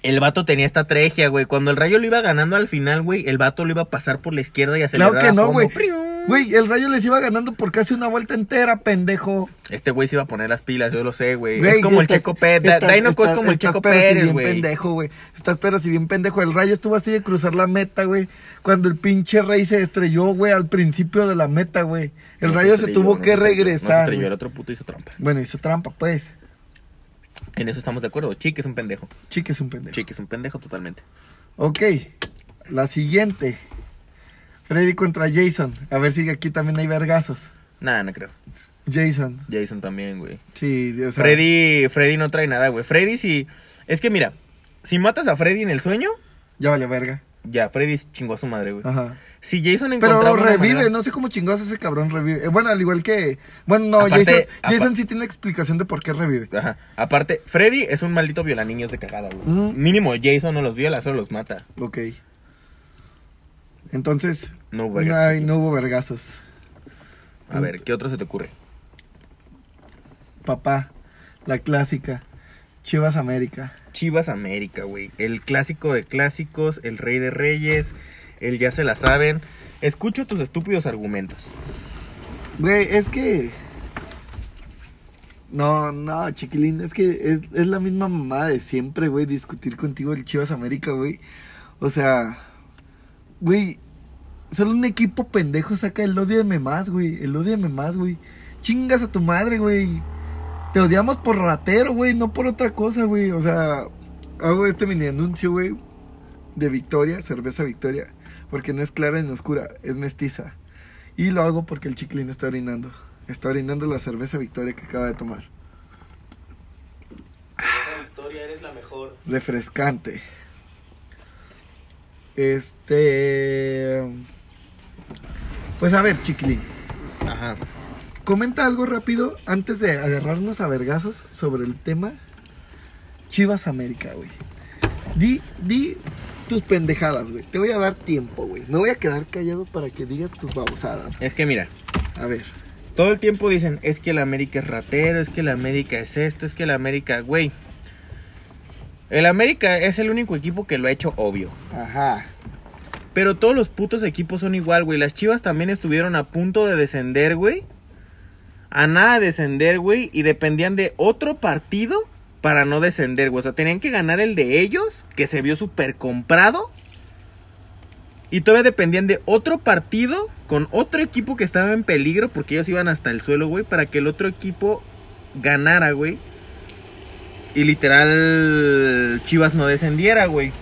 El vato tenía esta tregia, güey. Cuando el rayo lo iba ganando al final, güey, el vato lo iba a pasar por la izquierda y a Claro celebrar que a no, fondo. güey. ¡Prium! Güey, el rayo les iba ganando por casi una vuelta entera, pendejo. Este güey se iba a poner las pilas, yo lo sé, güey. Güey, Es como el estás- Checo Pérez. Da- estás- Dainoco es estás- como el estás Checo pero si Pérez, bien güey. pendejo, güey. Estás pero si bien pendejo. El rayo estuvo así de cruzar la meta, güey. Cuando el pinche rey se estrelló, güey, al principio de la meta, güey. El No rayo se, estrelló, tuvo no que estrelló, No se regresar. estrelló, güey. el otro puto hizo trampa. Bueno, hizo trampa, pues. En eso estamos de acuerdo. Chique es un pendejo. Chique es un pendejo. Chique es un pendejo totalmente. Ok, la siguiente. Freddy contra Jason. A ver si aquí también hay vergazos. Nada, no creo. Jason. Jason también, güey. Sí, o sea. Freddy, Freddy no trae nada, güey. Freddy si... Es que mira, si matas a Freddy en el sueño, Ya vale verga. ya, Freddy chingó a su madre, güey. Ajá. Si Jason encontraba Ah. Pero una revive, manera- no sé cómo chingados ese cabrón revive. Eh, Bueno, al igual que. Bueno, no, Aparte- Jason, apa- Jason sí tiene explicación de por qué revive. Ajá. Aparte, Freddy es un maldito violaniños de cagada, güey. Ujú. Mínimo Jason no los viola, solo los mata. Ok. Entonces. No, No, güey. hay- no hubo vergazos. A ver, ¿qué otro se te ocurre? Papá, la clásica. Chivas América. Chivas América, güey. El clásico de clásicos, el rey de reyes, el ya se la saben. Escucho tus estúpidos argumentos. Güey, es que. No, no, chiquilín, es que es, es la misma mamada de siempre, güey, discutir contigo el Chivas América, güey. O sea, güey, solo un equipo pendejo saca el odiame más, güey, el odiame más, güey. Chingas a tu madre, güey. Te odiamos por ratero, güey, no por otra cosa, güey. O sea, hago este mini anuncio, güey, de Victoria, cerveza Victoria, porque no es clara ni oscura, es mestiza. Y lo hago porque el chiquilín está orinando. Está orinando la cerveza Victoria que acaba de tomar. refrescante. Este. Pues a ver, chiquilín. Ajá. Comenta algo rápido antes de agarrarnos a vergazos sobre el tema Chivas América, güey. Di, di tus pendejadas, güey. Te voy a dar tiempo, güey. Me voy a quedar callado para que digas tus babosadas. Es que mira, A ver. todo el tiempo dicen, es que el América es ratero, es que el América es esto, es que el América, güey. El América es el único equipo que lo ha hecho obvio. Ajá. Pero todos los putos equipos son igual, güey. Las Chivas también estuvieron a punto de descender, güey. A nada de descender, güey. Y dependían de otro partido para no descender, güey. O sea, tenían que ganar el de ellos, que se vio súper comprado. Y todavía dependían de otro partido con otro equipo que estaba en peligro, porque ellos iban hasta el suelo, güey, para que el otro equipo ganara, güey. Y literal, Chivas no descendiera, güey.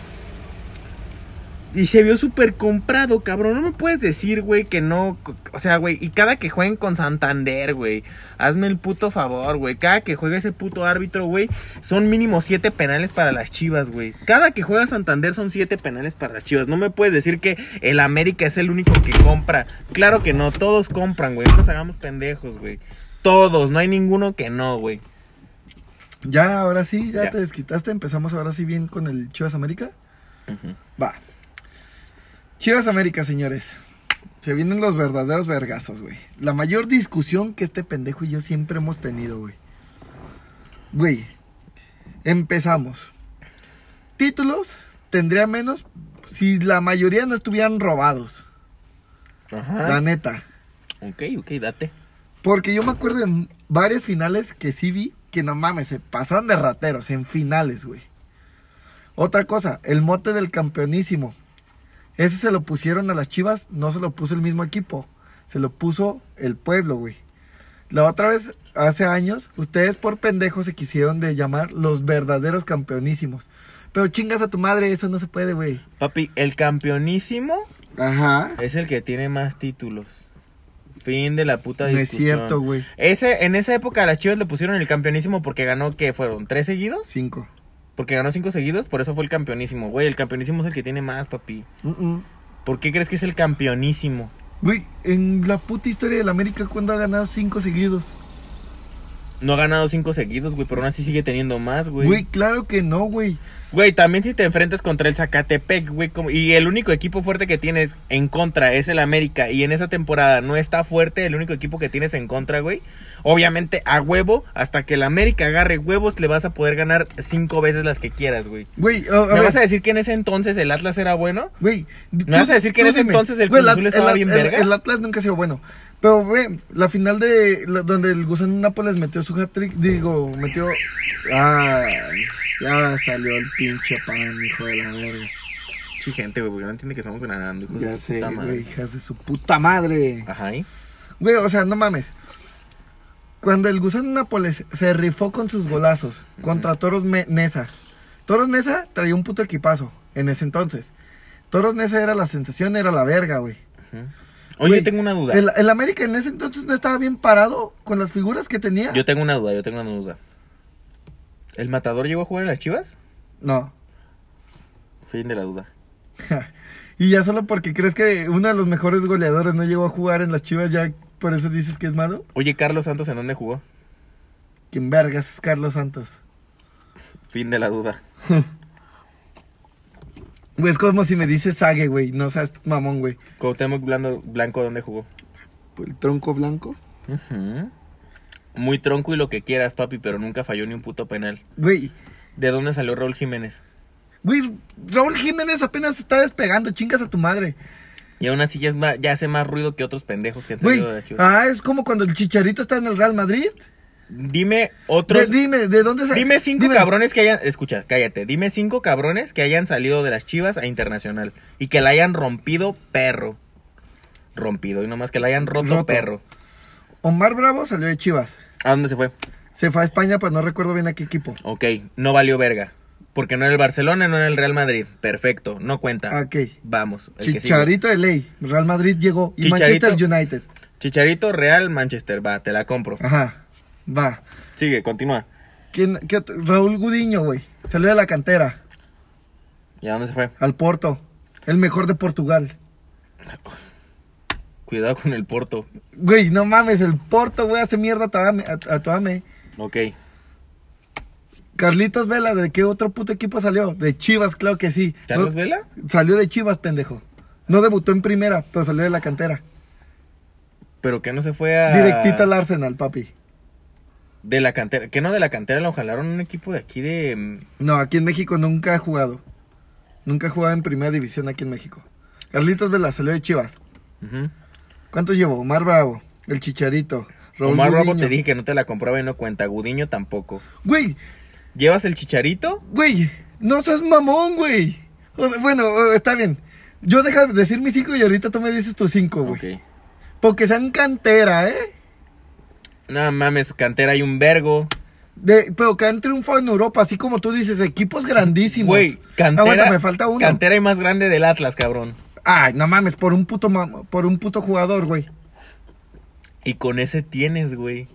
Y se vio súper comprado, cabrón. No me puedes decir, güey, que no. O sea, güey, y cada que jueguen con Santander, güey. Hazme el puto favor, güey. Cada que juega ese puto árbitro, güey, son mínimo siete penales para las chivas, güey. Cada que juega Santander son siete penales para las chivas. No me puedes decir que el América es el único que compra. Claro que no, todos compran, güey. No nos hagamos pendejos, güey. Todos, no hay ninguno que no, güey. Ya, ahora sí, ya, Ya. te desquitaste. Empezamos ahora sí bien con el Chivas América. Va. Chivas América, señores. Se vienen los verdaderos vergazos, güey. La mayor discusión que este pendejo y yo siempre hemos tenido, güey. Güey, empezamos. Títulos tendría menos si la mayoría no estuvieran robados. La Ajá. neta. Ok, ok, date. Porque yo me acuerdo de varias finales que sí vi que no mames, se pasaron de rateros en finales, güey. Otra cosa, el mote del campeonísimo. Ese se lo pusieron a las Chivas, no se lo puso el mismo equipo, se lo puso el pueblo, güey. La otra vez, hace años, ustedes por pendejos se quisieron de llamar los verdaderos campeonísimos. Pero chingas a tu madre, eso no se puede, güey. Papi, el campeonísimo Ajá. Es el que tiene más títulos. Fin de la puta No es discusión. cierto, güey. Ese, en esa época a las Chivas le pusieron el campeonísimo porque ganó, ¿qué fueron? ¿Tres seguidos? Cinco. Porque ganó cinco seguidos, por eso fue el campeonísimo. Güey, el campeonísimo es el que tiene más, papi. Mm-mm. ¿Por qué crees que es el campeonísimo? Güey, en la puta historia del América, ¿cuándo ha ganado cinco seguidos? No ha ganado cinco seguidos, güey, pero aún así sigue teniendo más, Güey, güey. claro que no, güey. Güey, también si te enfrentas contra el Zacatepec, güey, como- y el único equipo fuerte que tienes en contra es el América, y en esa temporada no está fuerte, el único equipo que tienes en contra, güey, obviamente a huevo, hasta que el América agarre huevos, le vas a poder ganar cinco veces las que quieras, güey. Güey, a- a ¿Me ver, vas a decir que en ese entonces el Atlas era bueno? Güey, tú- vas a decir que en tú ese dime. entonces el Güey, Cruz Azul estaba bien el- verga? El Atlas nunca ha sido bueno. Pero, güey, la final de la- donde el Gusano Nápoles metió su hat-trick, digo, metió. Ay, ya salió el pinche pan, hijo de la verga. Sí, gente, güey, porque no entiende que estamos ganando, hijos de Ya su sé, puta madre. güey, hijas de su puta madre. Ajá, ¿y? Güey, o sea, no mames. Cuando el gusano Nápoles se rifó con sus golazos contra Toros Me- Nesa. Toros Nesa traía un puto equipazo en ese entonces. Toros Nesa era la sensación, era la verga, güey. Ujú. Oye, Güey, yo tengo una duda. El, el América en ese entonces no estaba bien parado con las figuras que tenía. Yo tengo una duda, yo tengo una duda. ¿El matador llegó a jugar en las Chivas? No. Fin de la duda. y ya solo porque crees que uno de los mejores goleadores no llegó a jugar en las Chivas, ya por eso dices que es malo. Oye, Carlos Santos, ¿en dónde jugó? ¿Quién vergas es Carlos Santos? Fin de la duda. Güey, es como si me dices Sague, güey. No seas mamón, güey. Cuauhtémoc Blando- Blanco, ¿dónde jugó? El tronco blanco. Ujú. Muy tronco y lo que quieras, papi, pero nunca falló ni un puto penal. Güey, ¿De dónde salió Raúl Jiménez? güey, Raúl Jiménez apenas se está despegando, chingas a tu madre. Y aún así ya, es ma- ya hace más ruido que otros pendejos que han Güey, salido de la Chivas. ah, es como cuando el Chicharito está en el Real Madrid. Dime De- otros... dime, ¿de dónde se- Dime cinco dime, cabrones que hayan... Escucha, cállate. Dime cinco cabrones que hayan salido de las Chivas a Internacional. Y que la hayan rompido perro. Rompido. Y nomás que la hayan roto, Roto. perro. Omar Bravo salió de Chivas. ¿A dónde se fue? Se fue a España, pues no recuerdo bien a qué equipo. Ok, no valió verga. Porque no era el Barcelona, no era el Real Madrid. Perfecto, no cuenta. Ah, Ok. Vamos. Ah, el que sigue. Chicharito de ley. Real Madrid llegó. Y Chicharito. Manchester United. Ah. Chicharito, Real, Manchester. Va, te la compro. Ajá. Va. Sigue, continúa. ¿Quién, qué otro? Raúl Gudiño, güey. Salió de la cantera, ¿Y a dónde se fue? al Porto. El mejor de Portugal. Cuidado con el Porto. Güey, no mames, el Porto, güey, hace mierda a Tuame. A, a Tuame. Ok. Carlitos Vela, ¿de qué otro puto equipo salió? De Chivas, claro que sí. ¿Carlos No- Vela? Salió de Chivas, pendejo. No debutó en primera, pero salió de la cantera. Pero que no se fue a. Directito al Arsenal, papi. De la cantera. Que no de la cantera lo jalaron un equipo de aquí de. mm, No, aquí en México nunca ha jugado. Nunca ha jugado en primera división aquí en México. Carlitos Vela salió de Chivas. ujú. ¿Cuántos llevó? Omar Bravo, el Chicharito, Raúl Omar Bravo Gudiño. te dije que no te la compraba y no cuenta. Gudiño tampoco. Güey, ¿Llevas el chicharito? güey, no seas mamón, güey. O sea, bueno, eh, está bien. Yo deja de decir mis cinco y ahorita tú me dices tus cinco, güey. Ok. Porque sean cantera, ¿eh? No mames, cantera hay un vergo. De- pero que han triunfado en Europa, así como tú dices, equipos grandísimos. Güey, cantera. Aguanta, me falta uno. Cantera y más grande del Atlas, cabrón. Ay, no mames, por un puto, mam- por un puto jugador, güey. Y con ese tienes, güey.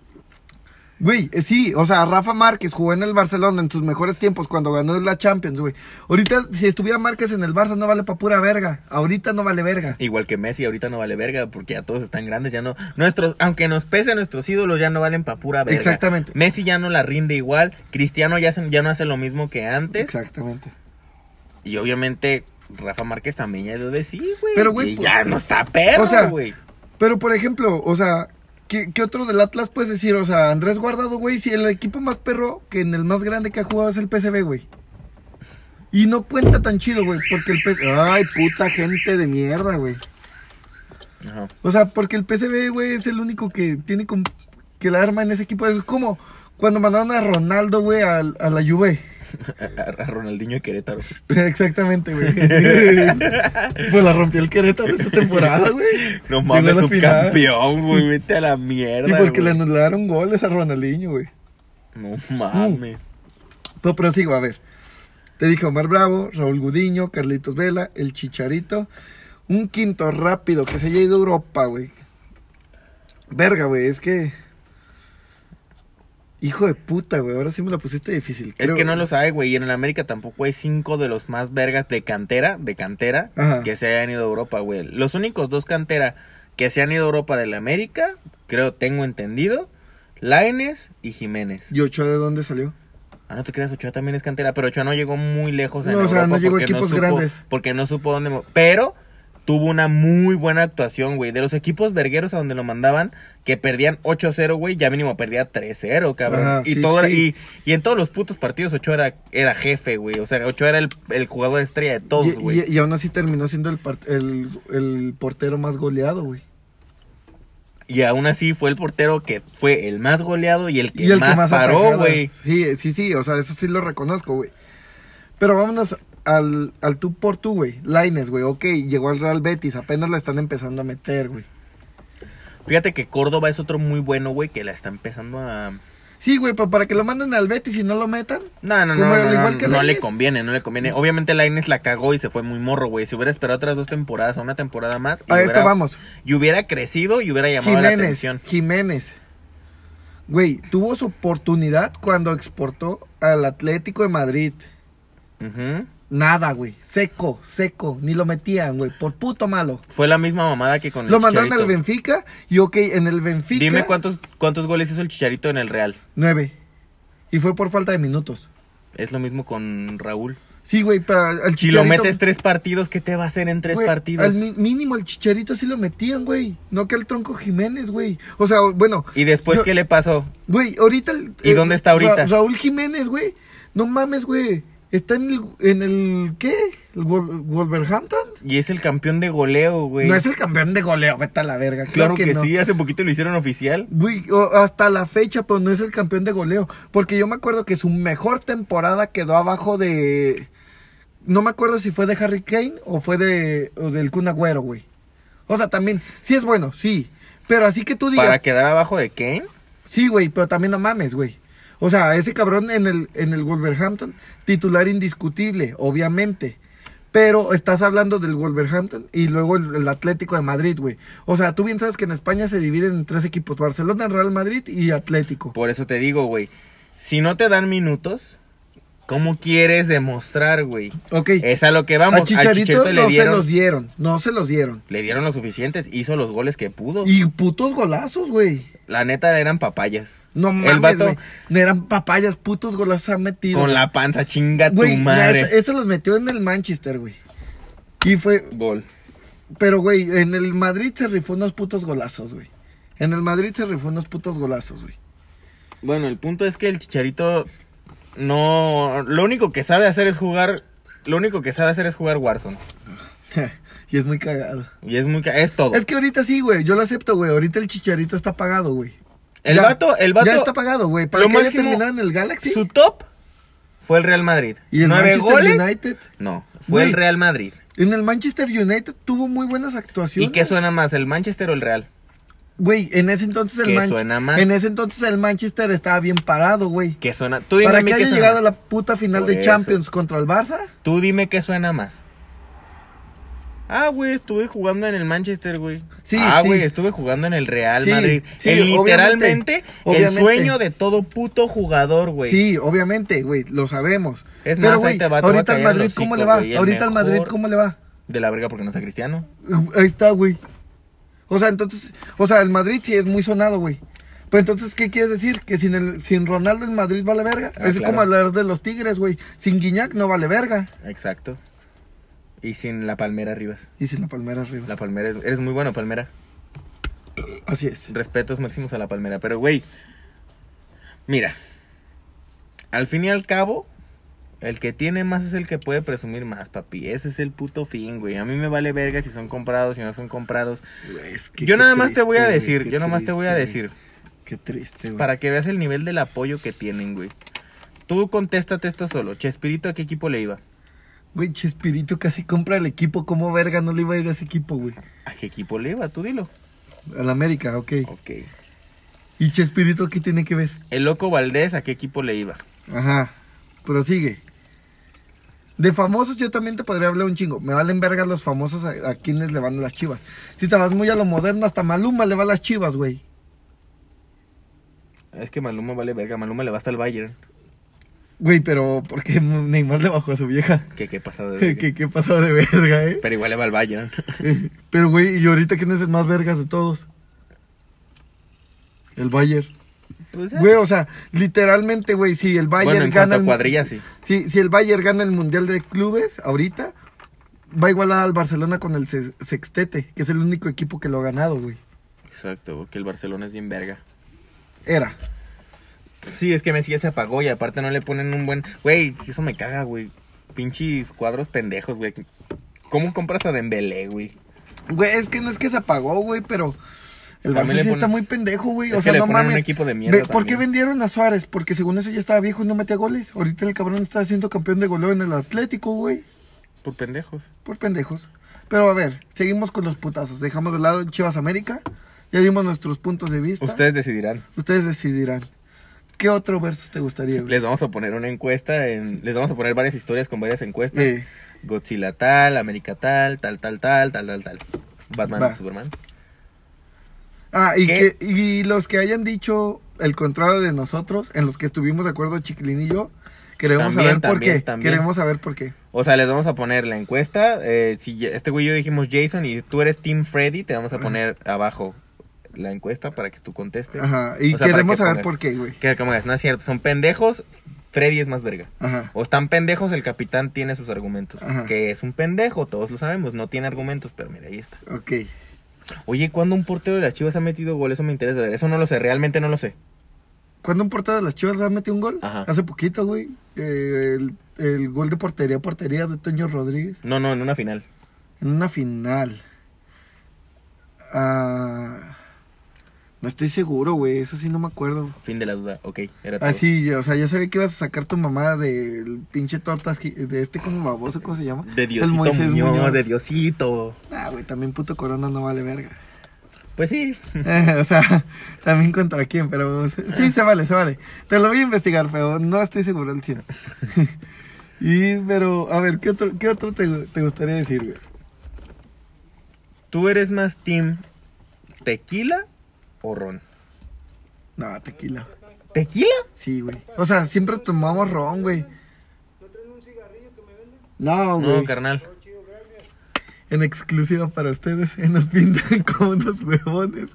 Güey, eh, sí, o sea, Rafa Márquez jugó en el Barcelona en sus mejores tiempos cuando ganó la Champions, güey. Ahorita, si estuviera Márquez en el Barça, no vale pa' pura verga. Ahorita no vale verga. Igual que Messi, ahorita no vale verga porque ya todos están grandes, ya no. Nuestros, aunque nos pese nuestros ídolos, ya no valen pa' pura verga. Exactamente. Messi ya no la rinde igual. Cristiano ya, se- ya no hace lo mismo que antes. Exactamente. Y obviamente Rafa Márquez también ya lo de sí, güey. Pero, güey, Y por- ya no está perro, o sea, güey. Pero, por ejemplo, o sea, ¿qué, qué otro del Atlas puedes decir? O sea, Andrés Guardado, güey, si el equipo más perro que en el más grande que ha jugado es el PSV, güey. Y no cuenta tan chido, güey, porque el PSV... Ay, puta gente de mierda, güey. Ajá. O sea, porque el PSV, güey, es el único que tiene con- que la arma en ese equipo. Es como cuando mandaron a Ronaldo, güey, al- a, la Juve. A, a Ronaldinho de Querétaro. Exactamente, güey. pues la rompió el Querétaro esta temporada, güey. No Llegó mames, a la final. subcampeón, güey. Vete a la Y mierda. porque le güey. anularon goles a Ronaldinho, güey. No mames. Pero prosigo, a ver. Te dije Omar Bravo, Raúl Gudiño, Carlitos Vela, El Chicharito. Un quinto rápido que se haya ido a Europa, güey. Verga, güey, es que... Hijo de puta, güey, ahora sí me la pusiste difícil. Es creo, que no güey. lo sabe, güey. Y en el América tampoco hay cinco de los más vergas de cantera, de cantera, Ajá. que se hayan ido a Europa, güey. Los únicos dos cantera que se han ido a Europa del América, creo, tengo entendido, Laines y Jiménez. ¿Y Ochoa de dónde salió? Ah, no te creas, Ochoa también es cantera, pero Ochoa no llegó muy lejos en No, o sea, Europa no llegó a porque equipos supo- grandes. Porque no supo dónde... mo- Pero tuvo una muy buena actuación, güey. De los equipos vergueros a donde lo mandaban, que perdían 8-0, güey, ya mínimo perdía 3-0, cabrón. Ajá, y, sí, todo era- sí. Y, y en todos los putos partidos Ochoa era, era jefe, güey. O sea, Ochoa era el, el jugador estrella de Y, todos, güey. y- y aún así terminó siendo el, part- el, el portero más goleado, güey. Y aún así fue el portero que fue el más goleado y el que, Y el más, que más paró, atajada. güey. Sí, sí, sí, o sea, eso sí lo reconozco, güey. Pero vámonos al, al tú por tú, güey. Laines, güey, ok, llegó al Real Betis, apenas la están empezando a meter, güey. Fíjate que Córdoba es otro muy bueno, güey, que la está empezando a... Sí, güey, pero para que lo manden al Betis y no lo metan. No, no, no, Como no, al igual no, que no le Lainez. conviene, no le conviene. Obviamente Laines la cagó y se fue muy morro, güey. Si hubiera esperado otras dos temporadas o una temporada más, y A hubiera, esto vamos. y hubiera crecido y hubiera llamado la Jiménez, atención. Jiménez. Güey, tuvo su oportunidad cuando exportó al Atlético de Madrid. Ujú. Nada, güey. Seco, seco. Ni lo metían, güey. Por puto malo. Fue la misma mamada que con el Lo mandaron al Chicharito. Benfica y ok, en el Benfica. Dime cuántos, cuántos goles hizo el Chicharito en el Real. Nueve. Y fue por falta de minutos. Es lo mismo con Raúl. Sí, güey, para el Si chicharito. lo metes tres partidos, ¿qué te va a hacer en tres güey, partidos? Al mi- mínimo el chicharito sí lo metían, güey. No que el tronco Jiménez, güey. O sea, bueno, Y después, Yo- ¿qué le pasó? güey, ahorita. el- ¿Y dónde está ahorita? Ra- Raúl Jiménez, güey. No mames, güey. Está en el. En el ¿Qué? ¿El Wol- Wolverhampton? Y es el campeón de goleo, güey. No es el campeón de goleo, vete a la verga. Pues Claro que, no. sí, hace poquito lo hicieron oficial. Güey, o- hasta la fecha, pero no es el campeón de goleo. Porque yo me acuerdo que su mejor temporada quedó abajo de. No me acuerdo si fue de Harry Kane o fue de o del Kun Agüero, güey. O sea, también, sí es bueno, sí. Pero así que tú digas. ¿Para quedar abajo de Kane? Sí, güey, pero también no mames, güey. O sea, ese cabrón en el, en el Wolverhampton, titular indiscutible, obviamente. Pero estás hablando del Wolverhampton y luego el, el Atlético de Madrid, güey. O sea, tú bien sabes que en España se dividen en tres equipos, Barcelona, Real Madrid y Atlético. Por eso te digo, güey. si no te dan minutos, ¿cómo quieres demostrar, güey? Ok. Es a lo que Eh, vamos. a Al Chicharito, le no dieron, se los dieron. No se los dieron. le dieron lo suficientes, hizo los goles que pudo. Y putos golazos, güey. La neta eran papayas. No El mames, vato- güey. No eran papayas, putos golazos ha metido. Con la panza, chinga Güey, tu na- madre. eso, eso los metió en el Manchester, güey. Y fue, Gol. pero güey, en el Madrid se rifó unos putos golazos, güey. En el Madrid se rifó unos putos golazos, güey. Bueno, el punto es que el Chicharito no... Lo único que sabe hacer es jugar... Lo único que sabe hacer es jugar Warzone. y es muy cagado. Y es muy... ca- Es todo. Es que ahorita sí, güey, yo lo acepto, güey. Ahorita el chicharito está pagado, güey. el ya- vato... El vato... Ya está pagado, güey. Para lo que haya máximo- terminado en el Galaxy Su top fue el Real Madrid. y en Nueve Manchester goles. United. No, fue Güey. el Real Madrid. En el Manchester United tuvo muy buenas actuaciones. ¿Y qué suena más, el Manchester o el Real? Güey, en ese entonces el ¿Qué Manchester. suena más? En ese entonces el Manchester estaba bien parado, güey. ¿Qué suena? Tú dime a Para mí que qué haya suena llegado a más. la puta final Por de eso. Champions contra el Barça. Tú dime qué suena más. Ah, güey, estuve jugando en el Manchester, güey. Sí, ah, sí. güey, estuve jugando en el Real Sí, Madrid. sí, el, obviamente, literalmente obviamente. el sueño de todo puto jugador, güey. Sí, obviamente, güey, lo sabemos. Es Pero, más, güey, ahí te va, te va a ahorita al caer el Madrid, ¿cómo hocico, le va? güey, el Ahorita al Madrid, mejor. ¿cómo le va? De la verga porque no está cristiano. Uh, Ahí está, güey. O sea, entonces, o sea, el Madrid sí es muy sonado, güey. Pero entonces, ¿qué quieres decir? Que sin el, sin Ronaldo el Madrid vale verga. Ah, es claro. como hablar de los Tigres, güey. Sin Guiñac no vale verga. Exacto. Y sin la palmera Rivas. Y sin la palmera arriba. La palmera, es- eres muy bueno, palmera. Así es. Respetos máximos a la palmera. Pero, güey, mira. Al fin y al cabo, el que tiene más es el que puede presumir más, papi. Ese es el puto fin, güey. A mí me vale verga si son comprados, si no son comprados. Es que yo qué nada más te triste, voy a güey, decir, qué yo nada más te voy a triste, decir, güey. Qué triste, güey. para que veas el nivel del apoyo que tienen, güey. Tú contéstate esto solo. Chespirito, ¿a qué equipo le iba? Güey, Chespirito casi compra el equipo. ¿Cómo verga no le iba a ir a ese equipo, güey? ¿A qué equipo le iba? Tú dilo. Al América, ok. Ok. ¿Y Chespirito qué tiene que ver? El loco Valdés, ¿a qué equipo le iba? Ajá. Prosigue. De famosos yo también te podría hablar un chingo. Me valen verga los famosos a, a quienes le van las chivas. Si te vas muy a lo moderno, hasta Maluma le va a las chivas, güey. Es que Maluma vale verga, Maluma le va hasta el Bayern. Güey, pero ¿por qué Neymar le bajó a su vieja? ¿Qué, qué pasa de verga? ¿Qué, qué pasado de verga, eh? Pero igual le va al Bayern. Pero, güey, ¿y ahorita quién es el más vergas de todos? El Bayern. Pues, eh. Güey, o sea, literalmente, güey, si el Bayern bueno, en gana cuanto a el cuadrilla, sí. si, si el Bayern gana el Mundial de Clubes ahorita, va a igualar al Barcelona con el se- sextete, que es el único equipo que lo ha ganado, güey. Exacto, porque el Barcelona es bien verga. Era. Sí, es que Messi ya se apagó y aparte no le ponen un buen... Güey, eso me caga, güey. Pinches cuadros pendejos, güey. ¿Cómo compras a Dembélé, güey? Güey, es que no es que se apagó, güey, pero el También Barça le sí ponen- está muy pendejo, güey. Es O que sea, le no ponen un mames. equipo de mierda Ve, ¿Por qué también. vendieron a Suárez? Porque según eso ya estaba viejo y no metía goles. Ahorita el cabrón está siendo campeón de goleo en el Atlético, güey. Por pendejos. Por pendejos. Pero a ver, seguimos con los putazos. Dejamos de lado Chivas América. Ya dimos nuestros puntos de vista. Ustedes decidirán. Ustedes decidirán. ¿Qué otro versus te gustaría, güey? Les vamos a poner una encuesta, en... les vamos a poner varias historias con varias encuestas. Eh, Godzilla tal, América tal, tal, tal, tal, tal, tal, tal. Batman, Va. Superman. ah, y, ¿Qué? que, y los que hayan dicho el contrario de nosotros, en los que estuvimos de acuerdo Chiquilín y yo, queremos También, saber por también, qué. también. Queremos saber por qué. O sea, les vamos a poner la encuesta. eh, si ya- este güey y yo dijimos Jason y tú eres Team Freddy, te vamos a poner abajo la encuesta para que tú contestes. Ajá, y O sea, para queremos que saber pongas- por qué, güey. Que como es, no es cierto, son pendejos, Freddy es más verga. Ajá. O están pendejos, el capitán tiene sus argumentos. Ajá. Que es un pendejo, todos lo sabemos, no tiene argumentos, pero mira, ahí está. Ok. Oye, ¿cuándo un portero de las Chivas ha metido gol? Eso me interesa. ver, Eso no lo sé, realmente no lo sé. ¿Cuándo un portero de las Chivas ha metido un gol? Ajá. Hace poquito, güey. Eh, el, el gol de portería a portería de Toño Rodríguez. No, no, en una final. En una final. Ah, no estoy seguro, güey. Eso sí no me acuerdo. Fin de la duda, ok, era todo. Así, Ah, o sea, ya sabía que ibas a sacar tu mamá del pinche tortas gi- de este como baboso, ¿cómo se llama? De Diosito El Moisés Muñoz, Muñoz. de Diosito. Ah, güey, también puto corona no vale verga. Pues sí, Eh, o sea, también contra quién, pero se- sí, se vale, se vale. Te lo voy a investigar, pero no estoy seguro al 100. y, pero, a ver, ¿qué otro, qué otro te, te gustaría decir, güey? ¿Tú eres más team tequila o ron? No, tequila. ¿Tequila? Sí, güey. O sea, siempre tomamos ron, güey. No, No, güey. carnal. en exclusiva para ustedes, eh, nos pintan como unos huevones.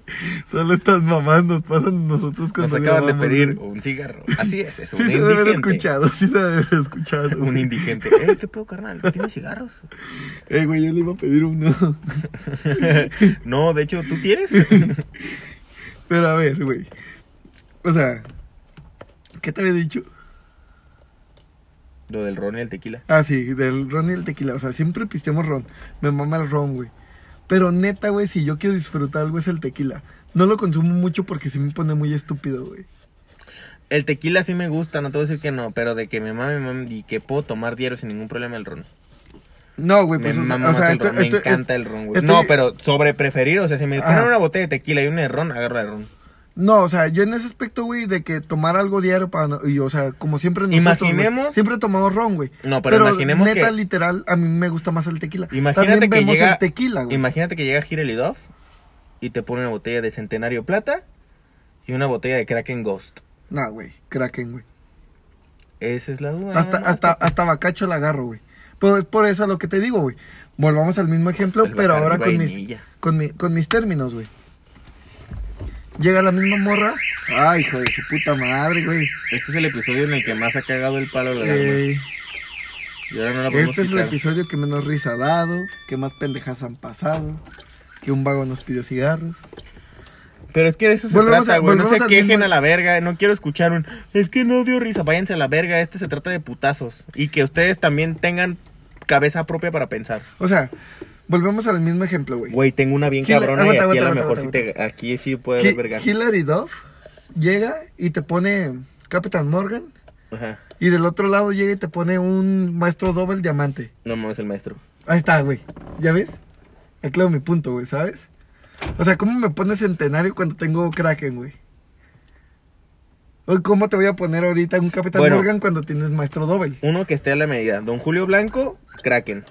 Solo estas mamás nos pasan nosotros Nos cuando acaban de grabamos, pedir güey. un cigarro. Así es, es un Sí se debe haber indigente. escuchado, sí se debe haber escuchado. un güey. indigente. Eh, ¿qué pedo, carnal? ¿Tienes cigarros? Eh, güey, yo le iba a pedir uno. no, de hecho, ¿tú tienes? Pero a ver, güey. O sea, ¿qué te había dicho? Lo del ron y el tequila. Ah, sí, del ron y el tequila. O sea, siempre pisteamos ron. Me mama el ron, güey. Pero neta, güey, si yo quiero disfrutar algo es el tequila. No lo consumo mucho porque se me pone muy estúpido, güey. El tequila sí me gusta, no te voy a decir que no, pero de que me mame, me mame y que puedo tomar diario sin ningún problema el ron. No, güey, Me pues o sea, mama o más sea, el esto, ron, me esto- encanta esto- el ron, güey. estoy- No, pero sobre preferir, o sea, si me Ajá. ponen una botella de tequila y una de ron, agarro el ron. No, o sea, yo en ese aspecto, güey, de que tomar algo diario para... no- y, o sea, como siempre nosotros, güey, Imaginemos- siempre tomamos ron, güey. No, pero imaginemos neta, que- literal, a mí me gusta más el tequila. Imagínate También que vemos llega el tequila, güey. Imagínate que llega Girelidov y te pone una botella de Centenario Plata y una botella de Kraken Ghost. No, güey, Kraken, güey. Esa es la duda. Hasta, nada más, hasta, papi. hasta bacacho la agarro, güey. Por, por eso es lo que te digo, güey. Volvamos al mismo ejemplo, El pero Bacardi ahora con mis, vainilla. con, mi- con mis términos, güey. Llega la misma morra. Ay, hijo de su puta madre, güey. Este es el episodio en el que más ha cagado el palo la dama. Eh, Y ahora no la podemos este es el quitar. episodio que menos risa ha dado, que más pendejas han pasado, que un vago nos pidió cigarros. Pero es que de eso se Volvemos trata, a- güey. No se volvemos al quejen mismo- a la verga. No quiero escuchar un. Es que no dio risa. Váyanse a la verga. Este se trata de putazos. Y que ustedes también tengan cabeza propia para pensar. O sea, volvemos al mismo ejemplo, güey. Güey, tengo una bien Gila- cabrona y aguanta, aquí a lo aguanta, mejor sí aguanta, te. Aquí sí puede haber verga. Hi- Hilary Duff llega y te pone Capitán Morgan Ajá. y del otro lado llega y te pone un maestro doble diamante. No mames, el maestro. Ahí está, güey. ¿Ya ves? Aclaro mi punto, güey, ¿sabes? O sea, ¿cómo me pones centenario cuando tengo Kraken, güey? O, ¿Cómo te voy a poner ahorita un Capitán Bueno. Morgan cuando tienes Maestro Doble? Uno que esté a la medida. Don Julio Blanco, Kraken.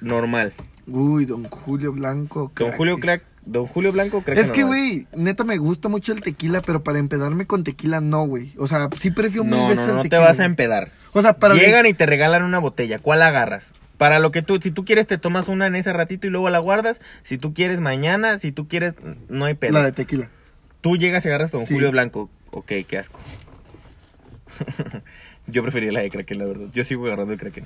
Normal. Uy, Don Julio Blanco. Don Kraken. Julio Crack. Don Julio Blanco, Kraken. Es que, normal. güey, neta me gusta mucho el tequila, pero para empedarme con tequila no, güey. O sea, sí prefiero mil No, veces no, el no te tequila. vas a güey. empedar. O sea, para. Llegan y te regalan una botella. ¿Cuál agarras? Para lo que tú, si tú quieres, te tomas una en ese ratito y luego la guardas. Si tú quieres, mañana. Si tú quieres, no hay pedo. La de tequila. Tú llegas y agarras con Sí. Julio Blanco. Ok, qué asco. Yo preferiría la de Kraken, la verdad. Yo sigo agarrando el Kraken.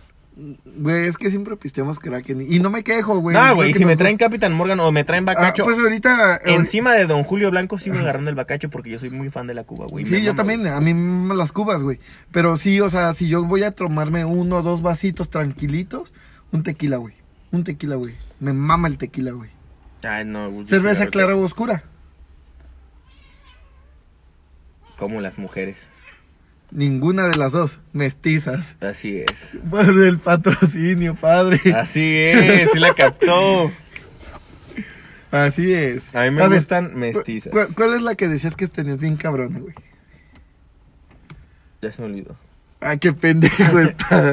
Güey, es que siempre pisteamos Kraken. Y no me quejo, güey. no, creo güey, que si me nos- traen Capitán Morgan o me traen Ah, Bacacho. pues ahorita. Encima de Don Julio Blanco sigo agarrando el bacacho porque yo soy muy fan de la Cuba, güey. Me Sí, yo mama, también, güey. a mí me maman las cubas, güey. Pero sí, o sea, si yo voy a tomarme uno o dos vasitos tranquilitos, un tequila, güey. Un tequila, güey. Me mama el tequila, güey. Ay, no, güey, yo soy Cerveza la clara verdad. o oscura. Como las mujeres. Ninguna de las dos. Mestizas. Así es. Por el patrocinio, padre. Así es, sí la captó. Así es. A mí me ver, gustan cu- mestizas. cu- ¿Cuál es la que decías que tenías bien cabrona, güey? Ya se me olvidó. Ah, qué pendejo está.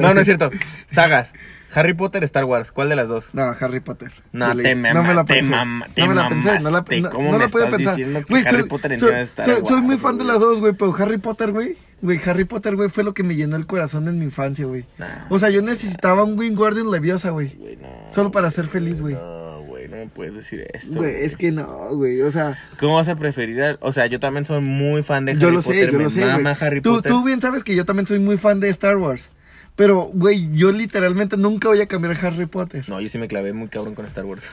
No, no es cierto. Sagas. Harry Potter, Star Wars. ¿ál de las dos? No, Harry Potter. No, te De ley. mama- te mama- te no me la pensé, no la, mamaste. no- ¿Cómo no me la pude estás pensar. diciendo que Güey, Harry soy, Potter soy, encima de Star soy- soy muy Wars, fan de güey? las dos, güey, pero Harry Potter, güey. Güey, Harry Potter, güey, fue lo que me llenó el corazón en mi infancia, güey. Nah. O sea, yo necesitaba un Wingardium Leviosa, güey. Güey, no, Solo para güey, ser feliz, güey. No, güey, no me puedes decir esto. Güey, es que no, güey, o sea, ¿Cómo vas a preferir? al- O sea, yo también soy muy fan de Harry yo lo Potter. sé, yo me lo sé, mama güey. Harry Tú, Potter. tú bien sabes que yo también soy muy fan de Star Wars. Pero, güey, yo literalmente nunca voy a cambiar a Harry Potter. No, yo sí me clavé muy cabrón con Star Wars.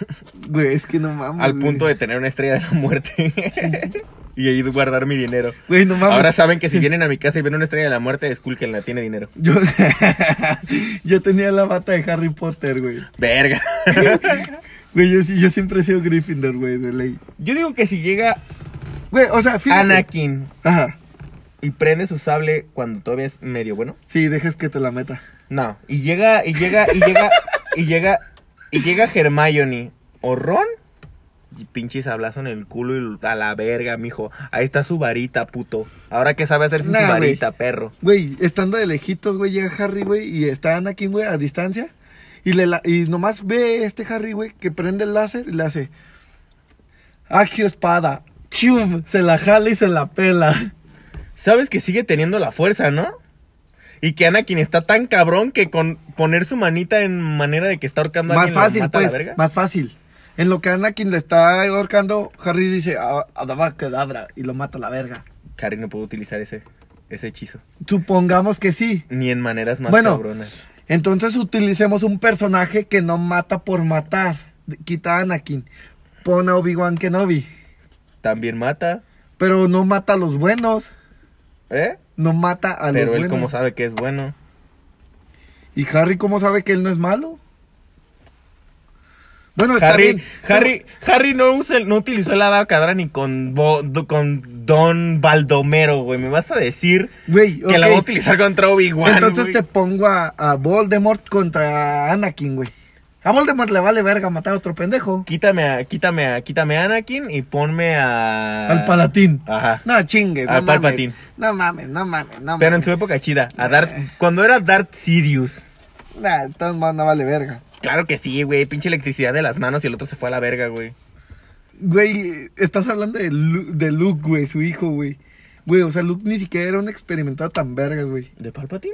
Güey, es que no mames. Al güey. punto de tener una estrella de la muerte. y ahí guardar mi dinero. Güey, no mames. Ahora saben que si vienen a mi casa y ven una estrella de la muerte, es cool que la tiene dinero. Yo, yo tenía la bata de Harry Potter, güey. Verga. Güey, yo, sí- yo siempre he sido Gryffindor, güey, de ley. Yo digo que si llega Güey, o sea, fíjate. Anakin Ajá. y prende su sable cuando todavía es medio bueno. Sí, dejes que te la meta. No. Y llega, y llega, y llega, y llega, y llega Hermione o Ron. Y pinche sablazo en el culo y a la verga, mijo. Ahí está su varita, puto. Ahora que sabe hacer sin Nah, su güey. varita, perro. Güey, estando de lejitos, güey, llega Harry, güey, y está Anakin, güey, a distancia. Y, le la- y nomás ve este Harry, güey, que prende el láser y le hace... Agio espada. ¡Chum! Se la jala y se la pela. sabes que sigue teniendo la fuerza, ¿no? Y que Anakin está tan cabrón que con poner su manita en manera de que está ahorcando a Más alguien lo fácil, mata a la pues. verga. Más fácil. En lo que Anakin le está ahorcando, Harry dice, "Ah, Kedabra, y lo mata a la verga. Harry no puede utilizar ese, ese hechizo. Supongamos que sí. Ni en maneras más Bueno. cabronas. Entonces utilicemos un personaje que no mata por matar. Quita a Anakin. Pon a Obi-Wan Kenobi. También mata, Pero no mata a los buenos. ¿eh? No mata a Pero los él buenos. como sabe que es bueno. ¿Y Harry cómo sabe que él no es malo? Bueno, está Harry, bien. Harry, Harry no, usa, no utilizó la daga cadra ni con, Bo- do- con Don Baldomero, güey. Me vas a decir Güey, que la ok. va a utilizar contra Obi-Wan. Entonces güey. te pongo a, a Voldemort contra Anakin, güey. A Voldemort le vale verga matar a otro pendejo. Quítame a, quítame a, quítame a Anakin y ponme a. Al Palatín. Ajá. No chingues, no Ah. Al mames. Palpatine. No mames, no mames, no mames. Eh. Pero en su época chida, a Darth, cuando era Darth Sidious. Nah, entonces no, no vale verga. Claro que sí, güey, pinche electricidad de las manos y el otro se fue a la verga, güey. Güey, estás hablando de, Lu- de Luke, güey, su hijo, güey. Güey, o sea, Luke ni siquiera era un experimentado tan vergas, güey. ¿De Palpatine?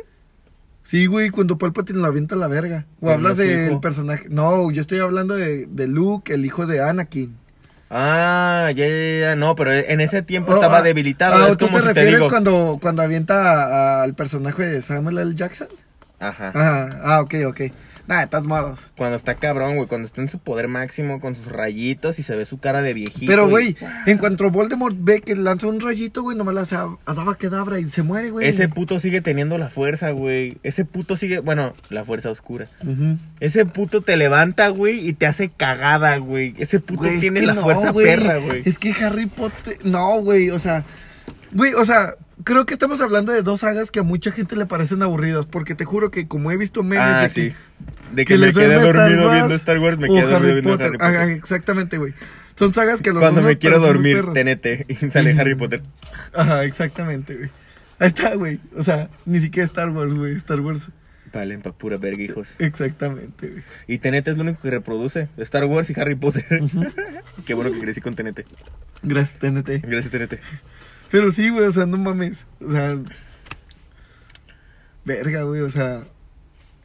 Sí, güey, cuando Palpatine lo avienta a la verga. O Pero hablas no es su del hijo. personaje. No, yo estoy hablando de, de Luke, el hijo de Anakin. Ah, ya, ya, ya, no, pero en ese tiempo Oh, estaba ah, debilitado. ah, es ¿Tú como te si te refieres digo- cuando, cuando avienta a- al personaje de Samuel L. Jackson? Ajá. Ah, ah, ok, ok. Nah, de todos modos. Cuando está cabrón, güey, cuando está en su poder máximo con sus rayitos y se ve su cara de viejito. Pero, y- güey, en cuanto Voldemort ve que lanza un rayito, güey, nomás la hace a a Daba Kedavra y se muere, güey. Ese puto sigue teniendo la fuerza, güey. Ese puto sigue, bueno, la fuerza oscura. Ujú. Ese puto te levanta, güey, y te hace cagada, güey. Ese puto Güey, es tiene que la no, fuerza güey. perra, güey. Es que Harry Potter. No, güey, o sea. Güey, o sea, creo que estamos hablando de dos sagas que a mucha gente le parecen aburridas. Porque te juro que, como he visto memes. Ah, de sí. que- De que, me les quedé duerme Star dormido Wars viendo Star Wars, me o quedé dormido Harry viendo Potter. Harry Potter. Ajá, exactamente, güey. Son sagas que los Cuando uno, me quiero pero son muy dormir, perros. tenete. Y sale Ujú. Harry Potter. Ajá, exactamente, güey. Ahí está, güey. O sea, ni siquiera Star Wars, güey. Star Wars. Valen pa' pura verga, hijos. Exactamente, güey. Y Tenete es lo único que reproduce. Star Wars y Harry Potter. Qué bueno que crecí con Tenete. Gracias, TNT. Gracias, Tenete. Pero sí, güey, o sea, no mames. O sea. Verga, güey, o sea.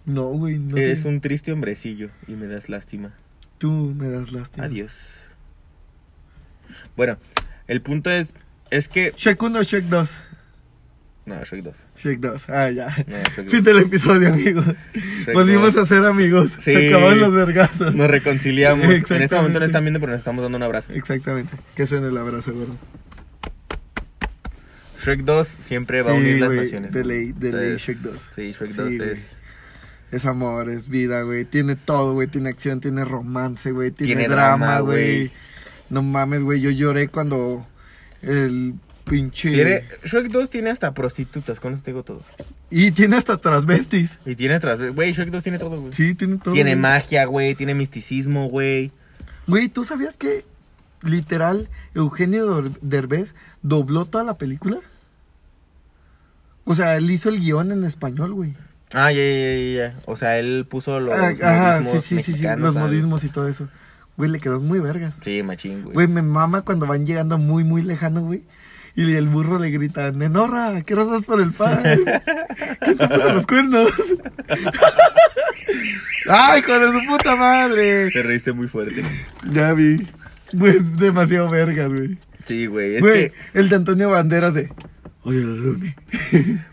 No, güey, no sé. Eres un triste hombrecillo y me das lástima. Tú me das lástima. Adiós. Bueno, el punto es, es que... Shrek 1 o Shrek 2. No, Shrek 2. Shrek 2. Ah, ya. No, Shrek 2. fin del episodio, amigos. Shrek Volvimos 2. a ser amigos. Sí. Se acabaron los vergazos. Nos reconciliamos. En este momento Exactamente. no están viendo, pero nos estamos dando un abrazo. Exactamente. Que suene el abrazo, gordo. Shrek 2 siempre va a unir Sí, las güey, naciones. De ley, de ley, Entonces, Shrek 2. Sí, Shrek Sí, 2 güey. es... Es amor, es vida, güey. Tiene todo, güey. Tiene acción, tiene romance, güey. Tiene, Tiene drama, drama, güey. güey. No mames, güey. Yo lloré cuando el pinche. Tiene, Shrek 2 tiene hasta prostitutas, con eso te digo todo. Y tiene hasta transvestis. Y tiene tras... Güey, Shrek 2 tiene todo, güey. Sí, tiene todo. tiene güey. magia, güey, tiene misticismo, güey. Güey, ¿tú sabías que literal Eugenio Dor- Derbez dobló toda la película? O sea, él hizo el guión en español, güey. Ah, ya, ya, ya, ya. O sea, él puso los Ah, Ajá, sí, modismos sí, sí, sí, mexicanos, los ¿sabes? modismos y todo eso. Güey, le quedó muy vergas. Sí, machín, güey. Güey, me mama cuando van llegando muy, muy lejano, güey. Y el burro le grita, Nenorra, ¿qué razas por el pan? ¿Quién te puso los cuernos? ¡Ay, hijo de su puta madre! Te reíste muy fuerte. Ya vi. Güey, es demasiado vergas, güey. Sí, güey. Es Güey, que, el de Antonio Banderas de... Oye, ¿dónde?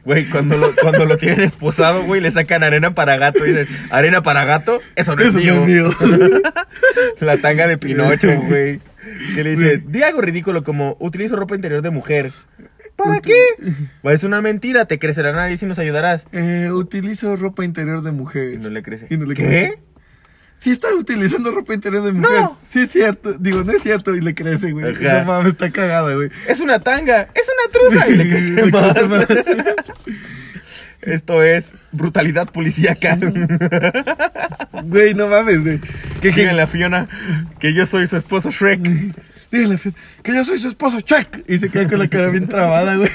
güey, cuando lo, cuando lo tienen esposado, güey, le sacan arena para gato y dicen, ¿arena para gato? Eso no es Eso mío. es mío. La tanga de Pinocho, güey. Que le dice, di algo ridículo como, utilizo ropa interior de mujer. ¿Para qué? Es una mentira, te crecerá la nariz y nos ayudarás. Eh, utilizo ropa interior de mujer. Y no le crece. Y no le ¿Qué? crece. Sí estás utilizando ropa interior de mujer. No. Sí es cierto. Digo, no es cierto. Y le crece, güey. Ajá. No mames, está cagada, güey. Es una tanga, es una truza. Y le crece Le más. crece más. Esto es brutalidad policíaca. Güey, no mames, güey. Que, que, Díganle a Fiona que yo soy su esposo Shrek. dígale, Fer, que yo soy su esposo, check. Y se queda con la cara bien trabada, güey.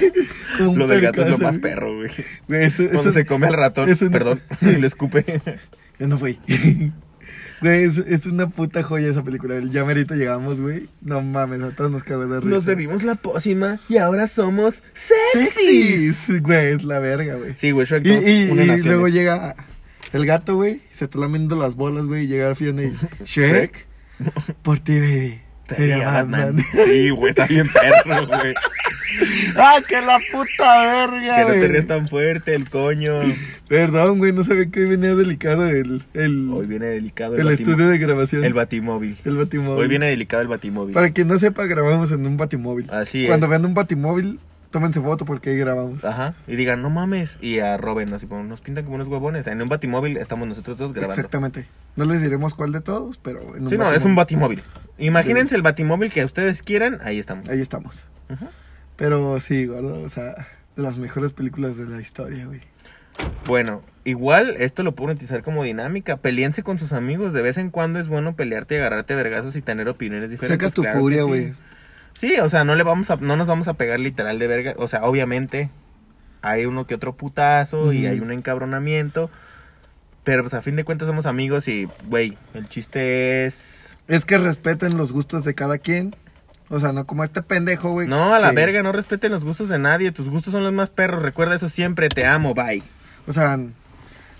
Como un Lo del gato es lo percazo, más güey. perro, güey. Güey, eso, Cuando eso- se come al ratón, eso no- perdón, y lo escupe. Yo no fui. Güey, es, es una puta joya esa película. Ya merito llegamos, güey. No mames, a todos nos cabe de risa. Nos bebimos la pócima y ahora somos sexys. Sexys, güey, es la verga, güey. Sí, güey, Shrek Y, 2, y- una y nación luego es- llega el gato, güey. Se está lamiendo las bolas, güey. Y llega Fiona y Shrek, por ti, baby. Sería Batman. Sí, güey, está bien perro, güey. ¡Ah, que la puta verga, Que no te güey! rías tan fuerte, el coño. Perdón, güey, no sabía que hoy venía delicado el, el, Hoy viene delicado el el, batimo- estudio de grabación. el batimóvil. el batimóvil. Hoy viene delicado el batimóvil. Para quien no sepa, grabamos en un batimóvil. Así Cuando es. vean un batimóvil, tómense foto porque ahí grabamos. Ajá. Y digan, no mames. Y a Robin nos, nos pintan como unos huevones. En un batimóvil estamos nosotros dos grabando. Exactamente. No les diremos cuál de todos, pero en un Sí, no, es un batimóvil. batimóvil. Imagínense el batimóvil que ustedes quieran, ahí estamos. Ahí estamos. Ujú. Pero sí, gordo, o sea, de las mejores películas de la historia, güey. Bueno, igual esto lo pueden utilizar como dinámica. Peleense con sus amigos. De vez en cuando es bueno pelearte, agarrarte a vergazos y tener opiniones diferentes. Sacas tu claro que furia, sí. güey. Sí, o sea, no le vamos a, no nos vamos a pegar literal de verga. O sea, obviamente hay uno que otro putazo y Ujú. hay un encabronamiento. Pero pues a fin de cuentas somos amigos y, güey, el chiste es... Es que respeten los gustos de cada quien. O sea, no como este pendejo, güey. No, a la que- verga, no respeten los gustos de nadie. Tus gustos son los más perros. Recuerda eso siempre. Te amo, bye. O sea,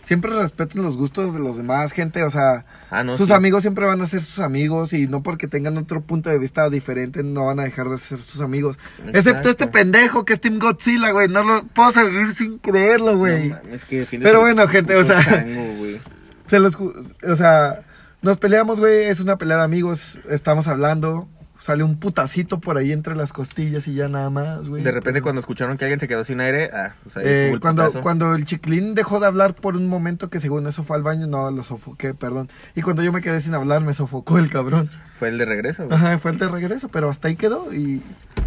siempre respeten los gustos de los demás, gente. O sea, Ah, no. sus sí. amigos siempre van a ser sus amigos y no porque tengan otro punto de vista diferente no van a dejar de ser sus amigos. Excepto Exacto. este pendejo que es Team Godzilla, güey. No lo puedo seguir sin creerlo, güey. No mames, que defiendes Pero un bueno, gente, o puto sea, chango, güey. Se los, ju- o sea, nos peleamos, güey. Es una pelea de amigos. Estamos hablando. Sale un putacito por ahí entre las costillas y ya nada más, güey. De repente Pero- cuando escucharon que alguien se quedó sin aire, ah, o sea, ahí Eh, estuvo el cuando, putazo. cuando el chiclín dejó de hablar por un momento que según eso fue al baño, no, lo sofoqué, perdón. Y cuando yo me quedé sin hablar, me sofocó el cabrón. fue el de regreso, güey. Ajá, fue el de regreso, pero hasta ahí quedó y...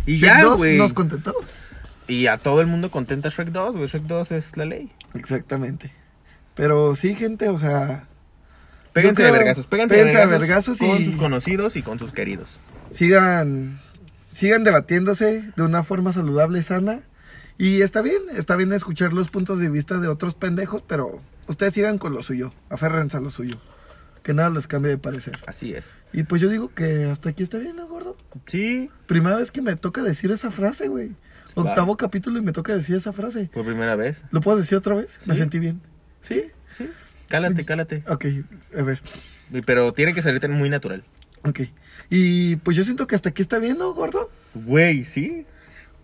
Y Shrek ya, 2 güey. Nos contentó. Y a todo el mundo contenta Shrek 2, güey. Shrek 2 es la ley. Exactamente. Pero sí, gente, o sea, Péguense Yo creo- de vergazos, péguense, péguense de de vergazos, vergazos y- con sus conocidos y con sus queridos. sigan, sigan debatiéndose de una forma saludable y sana. Y está bien, está bien escuchar los puntos de vista de otros pendejos, pero ustedes sigan con lo suyo, aférrense a lo suyo. Que nada les cambie de parecer. Así es. Y pues yo digo que hasta aquí está bien, ¿no, gordo? Sí, Primera vez que me toca decir esa frase, güey. Octavo capítulo y me toca decir esa frase. por primera vez. ¿Lo puedo decir otra vez? Me Sí. sentí bien. ¿Sí? Sí. Cálate, cálate. Ok, a ver. Y- Pero tiene que salirte muy natural. Ok. Y pues yo siento que hasta aquí está bien, ¿no, gordo? Güey, sí.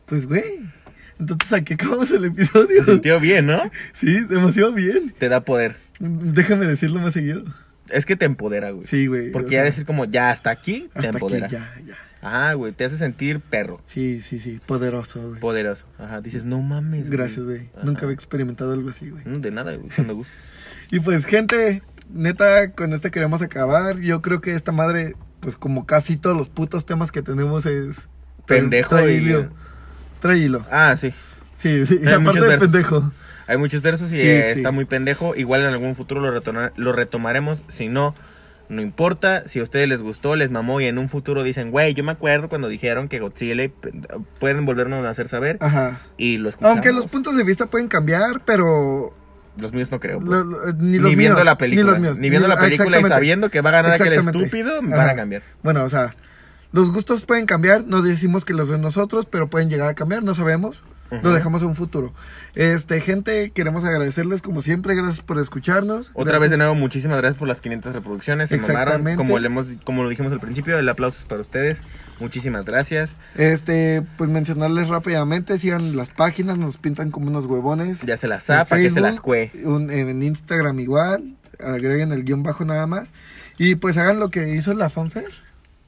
Pues, güey. Entonces aquí acabamos el Te episodio. sintió bien, ¿no? Sí, demasiado bien. Te da poder. Déjame decirlo más seguido. Es que te empodera, güey. Sí, güey. o Porque sea, ya decir como, ya hasta aquí, te hasta aquí, empodera. ya, ya. Ajá, Ah, güey, te hace sentir perro, Sí, sí, sí. Poderoso, güey. poderoso. Ajá, dices, no mames. Gracias, güey. Ajá. Nunca había experimentado algo así, güey. Mm, De nada, güey, cuando gustes. Y pues, gente, neta, con esta queremos acabar. Yo creo que esta madre, pues como casi todos los putos temas que tenemos es... Pendejo Trae y- hilo. Trae hilo. Ah, sí. Sí, sí. Hay aparte muchos de versos. pendejo. Hay muchos versos y Sí, eh, sí. está muy pendejo. Igual en algún futuro lo, retona- lo retomaremos. Si no, no importa. Si a ustedes les gustó, les mamó y en un futuro dicen, güey, yo me acuerdo cuando dijeron que Godzilla y p- pueden volvernos a hacer saber. Ajá. Y lo escuchamos. Aunque los puntos de vista pueden cambiar, pero... Los míos no creo. lo- bro. lo- eh, Ni, ni los viendo míos, la película. Ni los míos. viendo Ni- la película y exactamente. sabiendo que va a ganar aquel Exactamente. estúpido, me Ajá. van a cambiar. Bueno, o sea, los gustos pueden cambiar. No decimos que los de nosotros, pero pueden llegar a cambiar. No sabemos. Ujú. Lo dejamos en un futuro. Este, gente, queremos agradecerles como siempre. Gracias por escucharnos. Otra vez de nuevo, muchísimas gracias por las 500 reproducciones. Se mamaron. Exactamente. Como, le hemos, como lo dijimos al principio, el aplauso es para ustedes. Muchísimas gracias. Este, pues mencionarles rápidamente, sigan las páginas, nos pintan como unos huevones. Ya se las En zapa, que se las cue. Facebook, un- en Instagram igual, agreguen el guión bajo nada más. Y pues hagan lo que hizo la fanfare,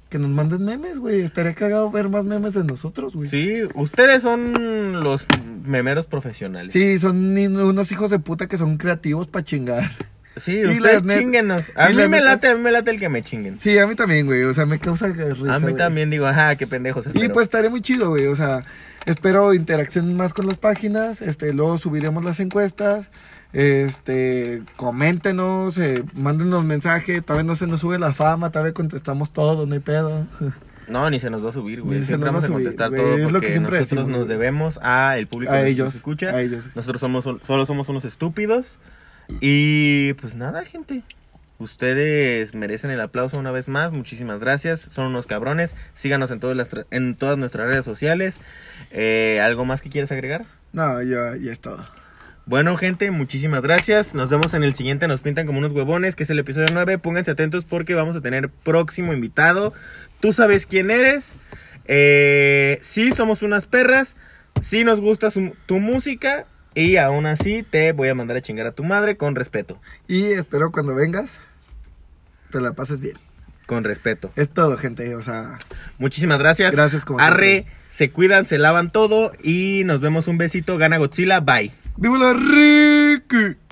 que nos manden memes, güey. Estaría cagado ver más memes de nosotros, güey. Sí, ustedes son los memeros profesionales. Sí, Sí, son ni- unos hijos de puta que son creativos para chingar. Y ustedes la neta- chinguenos. A y mí la me neta- late, a mí me late el que me chinguen. Sí, a mí también, güey. O sea, me causa risa. a mí güey. también digo, ajá, qué pendejos. Y espero. pues estaría muy chido, güey. O sea, espero interacción más con las páginas. Este, luego subiremos las encuestas. Este, coméntenos, eh, mándenos mensaje. Tal vez no se nos sube la fama, tal vez contestamos todo, no hay pedo. No, ni se nos va a subir, güey. Ni se Siempre nos va vamos a a subir, contestar güey, todo es porque lo que siempre nosotros decimos, nos güey. debemos a el público que A nos ellos. escucha. A ellos. Nosotros somos solo somos unos estúpidos y pues nada, gente. Ustedes merecen el aplauso una vez más. Muchísimas gracias. Son unos cabrones. Síganos en todas, las tra- en todas nuestras redes sociales. Eh, ¿Algo más que quieras agregar? No, ya, ya es todo. Bueno, gente, muchísimas gracias. Nos vemos en el siguiente. Nos pintan como unos huevones, que es el episodio 9. Pónganse atentos porque vamos a tener próximo invitado. Tú sabes quién eres. Eh, sí, somos unas perras. Sí, nos gusta su- tu música. Y aún así, te voy a mandar a chingar a tu madre con respeto. Y espero cuando vengas te la pases bien. Con respeto. Es todo, gente. O sea, Muchísimas gracias. Gracias, como Arre, siempre. se cuidan, se lavan todo. Y nos vemos. Un besito. Gana Godzilla. Bye. ¡viva la Ricky!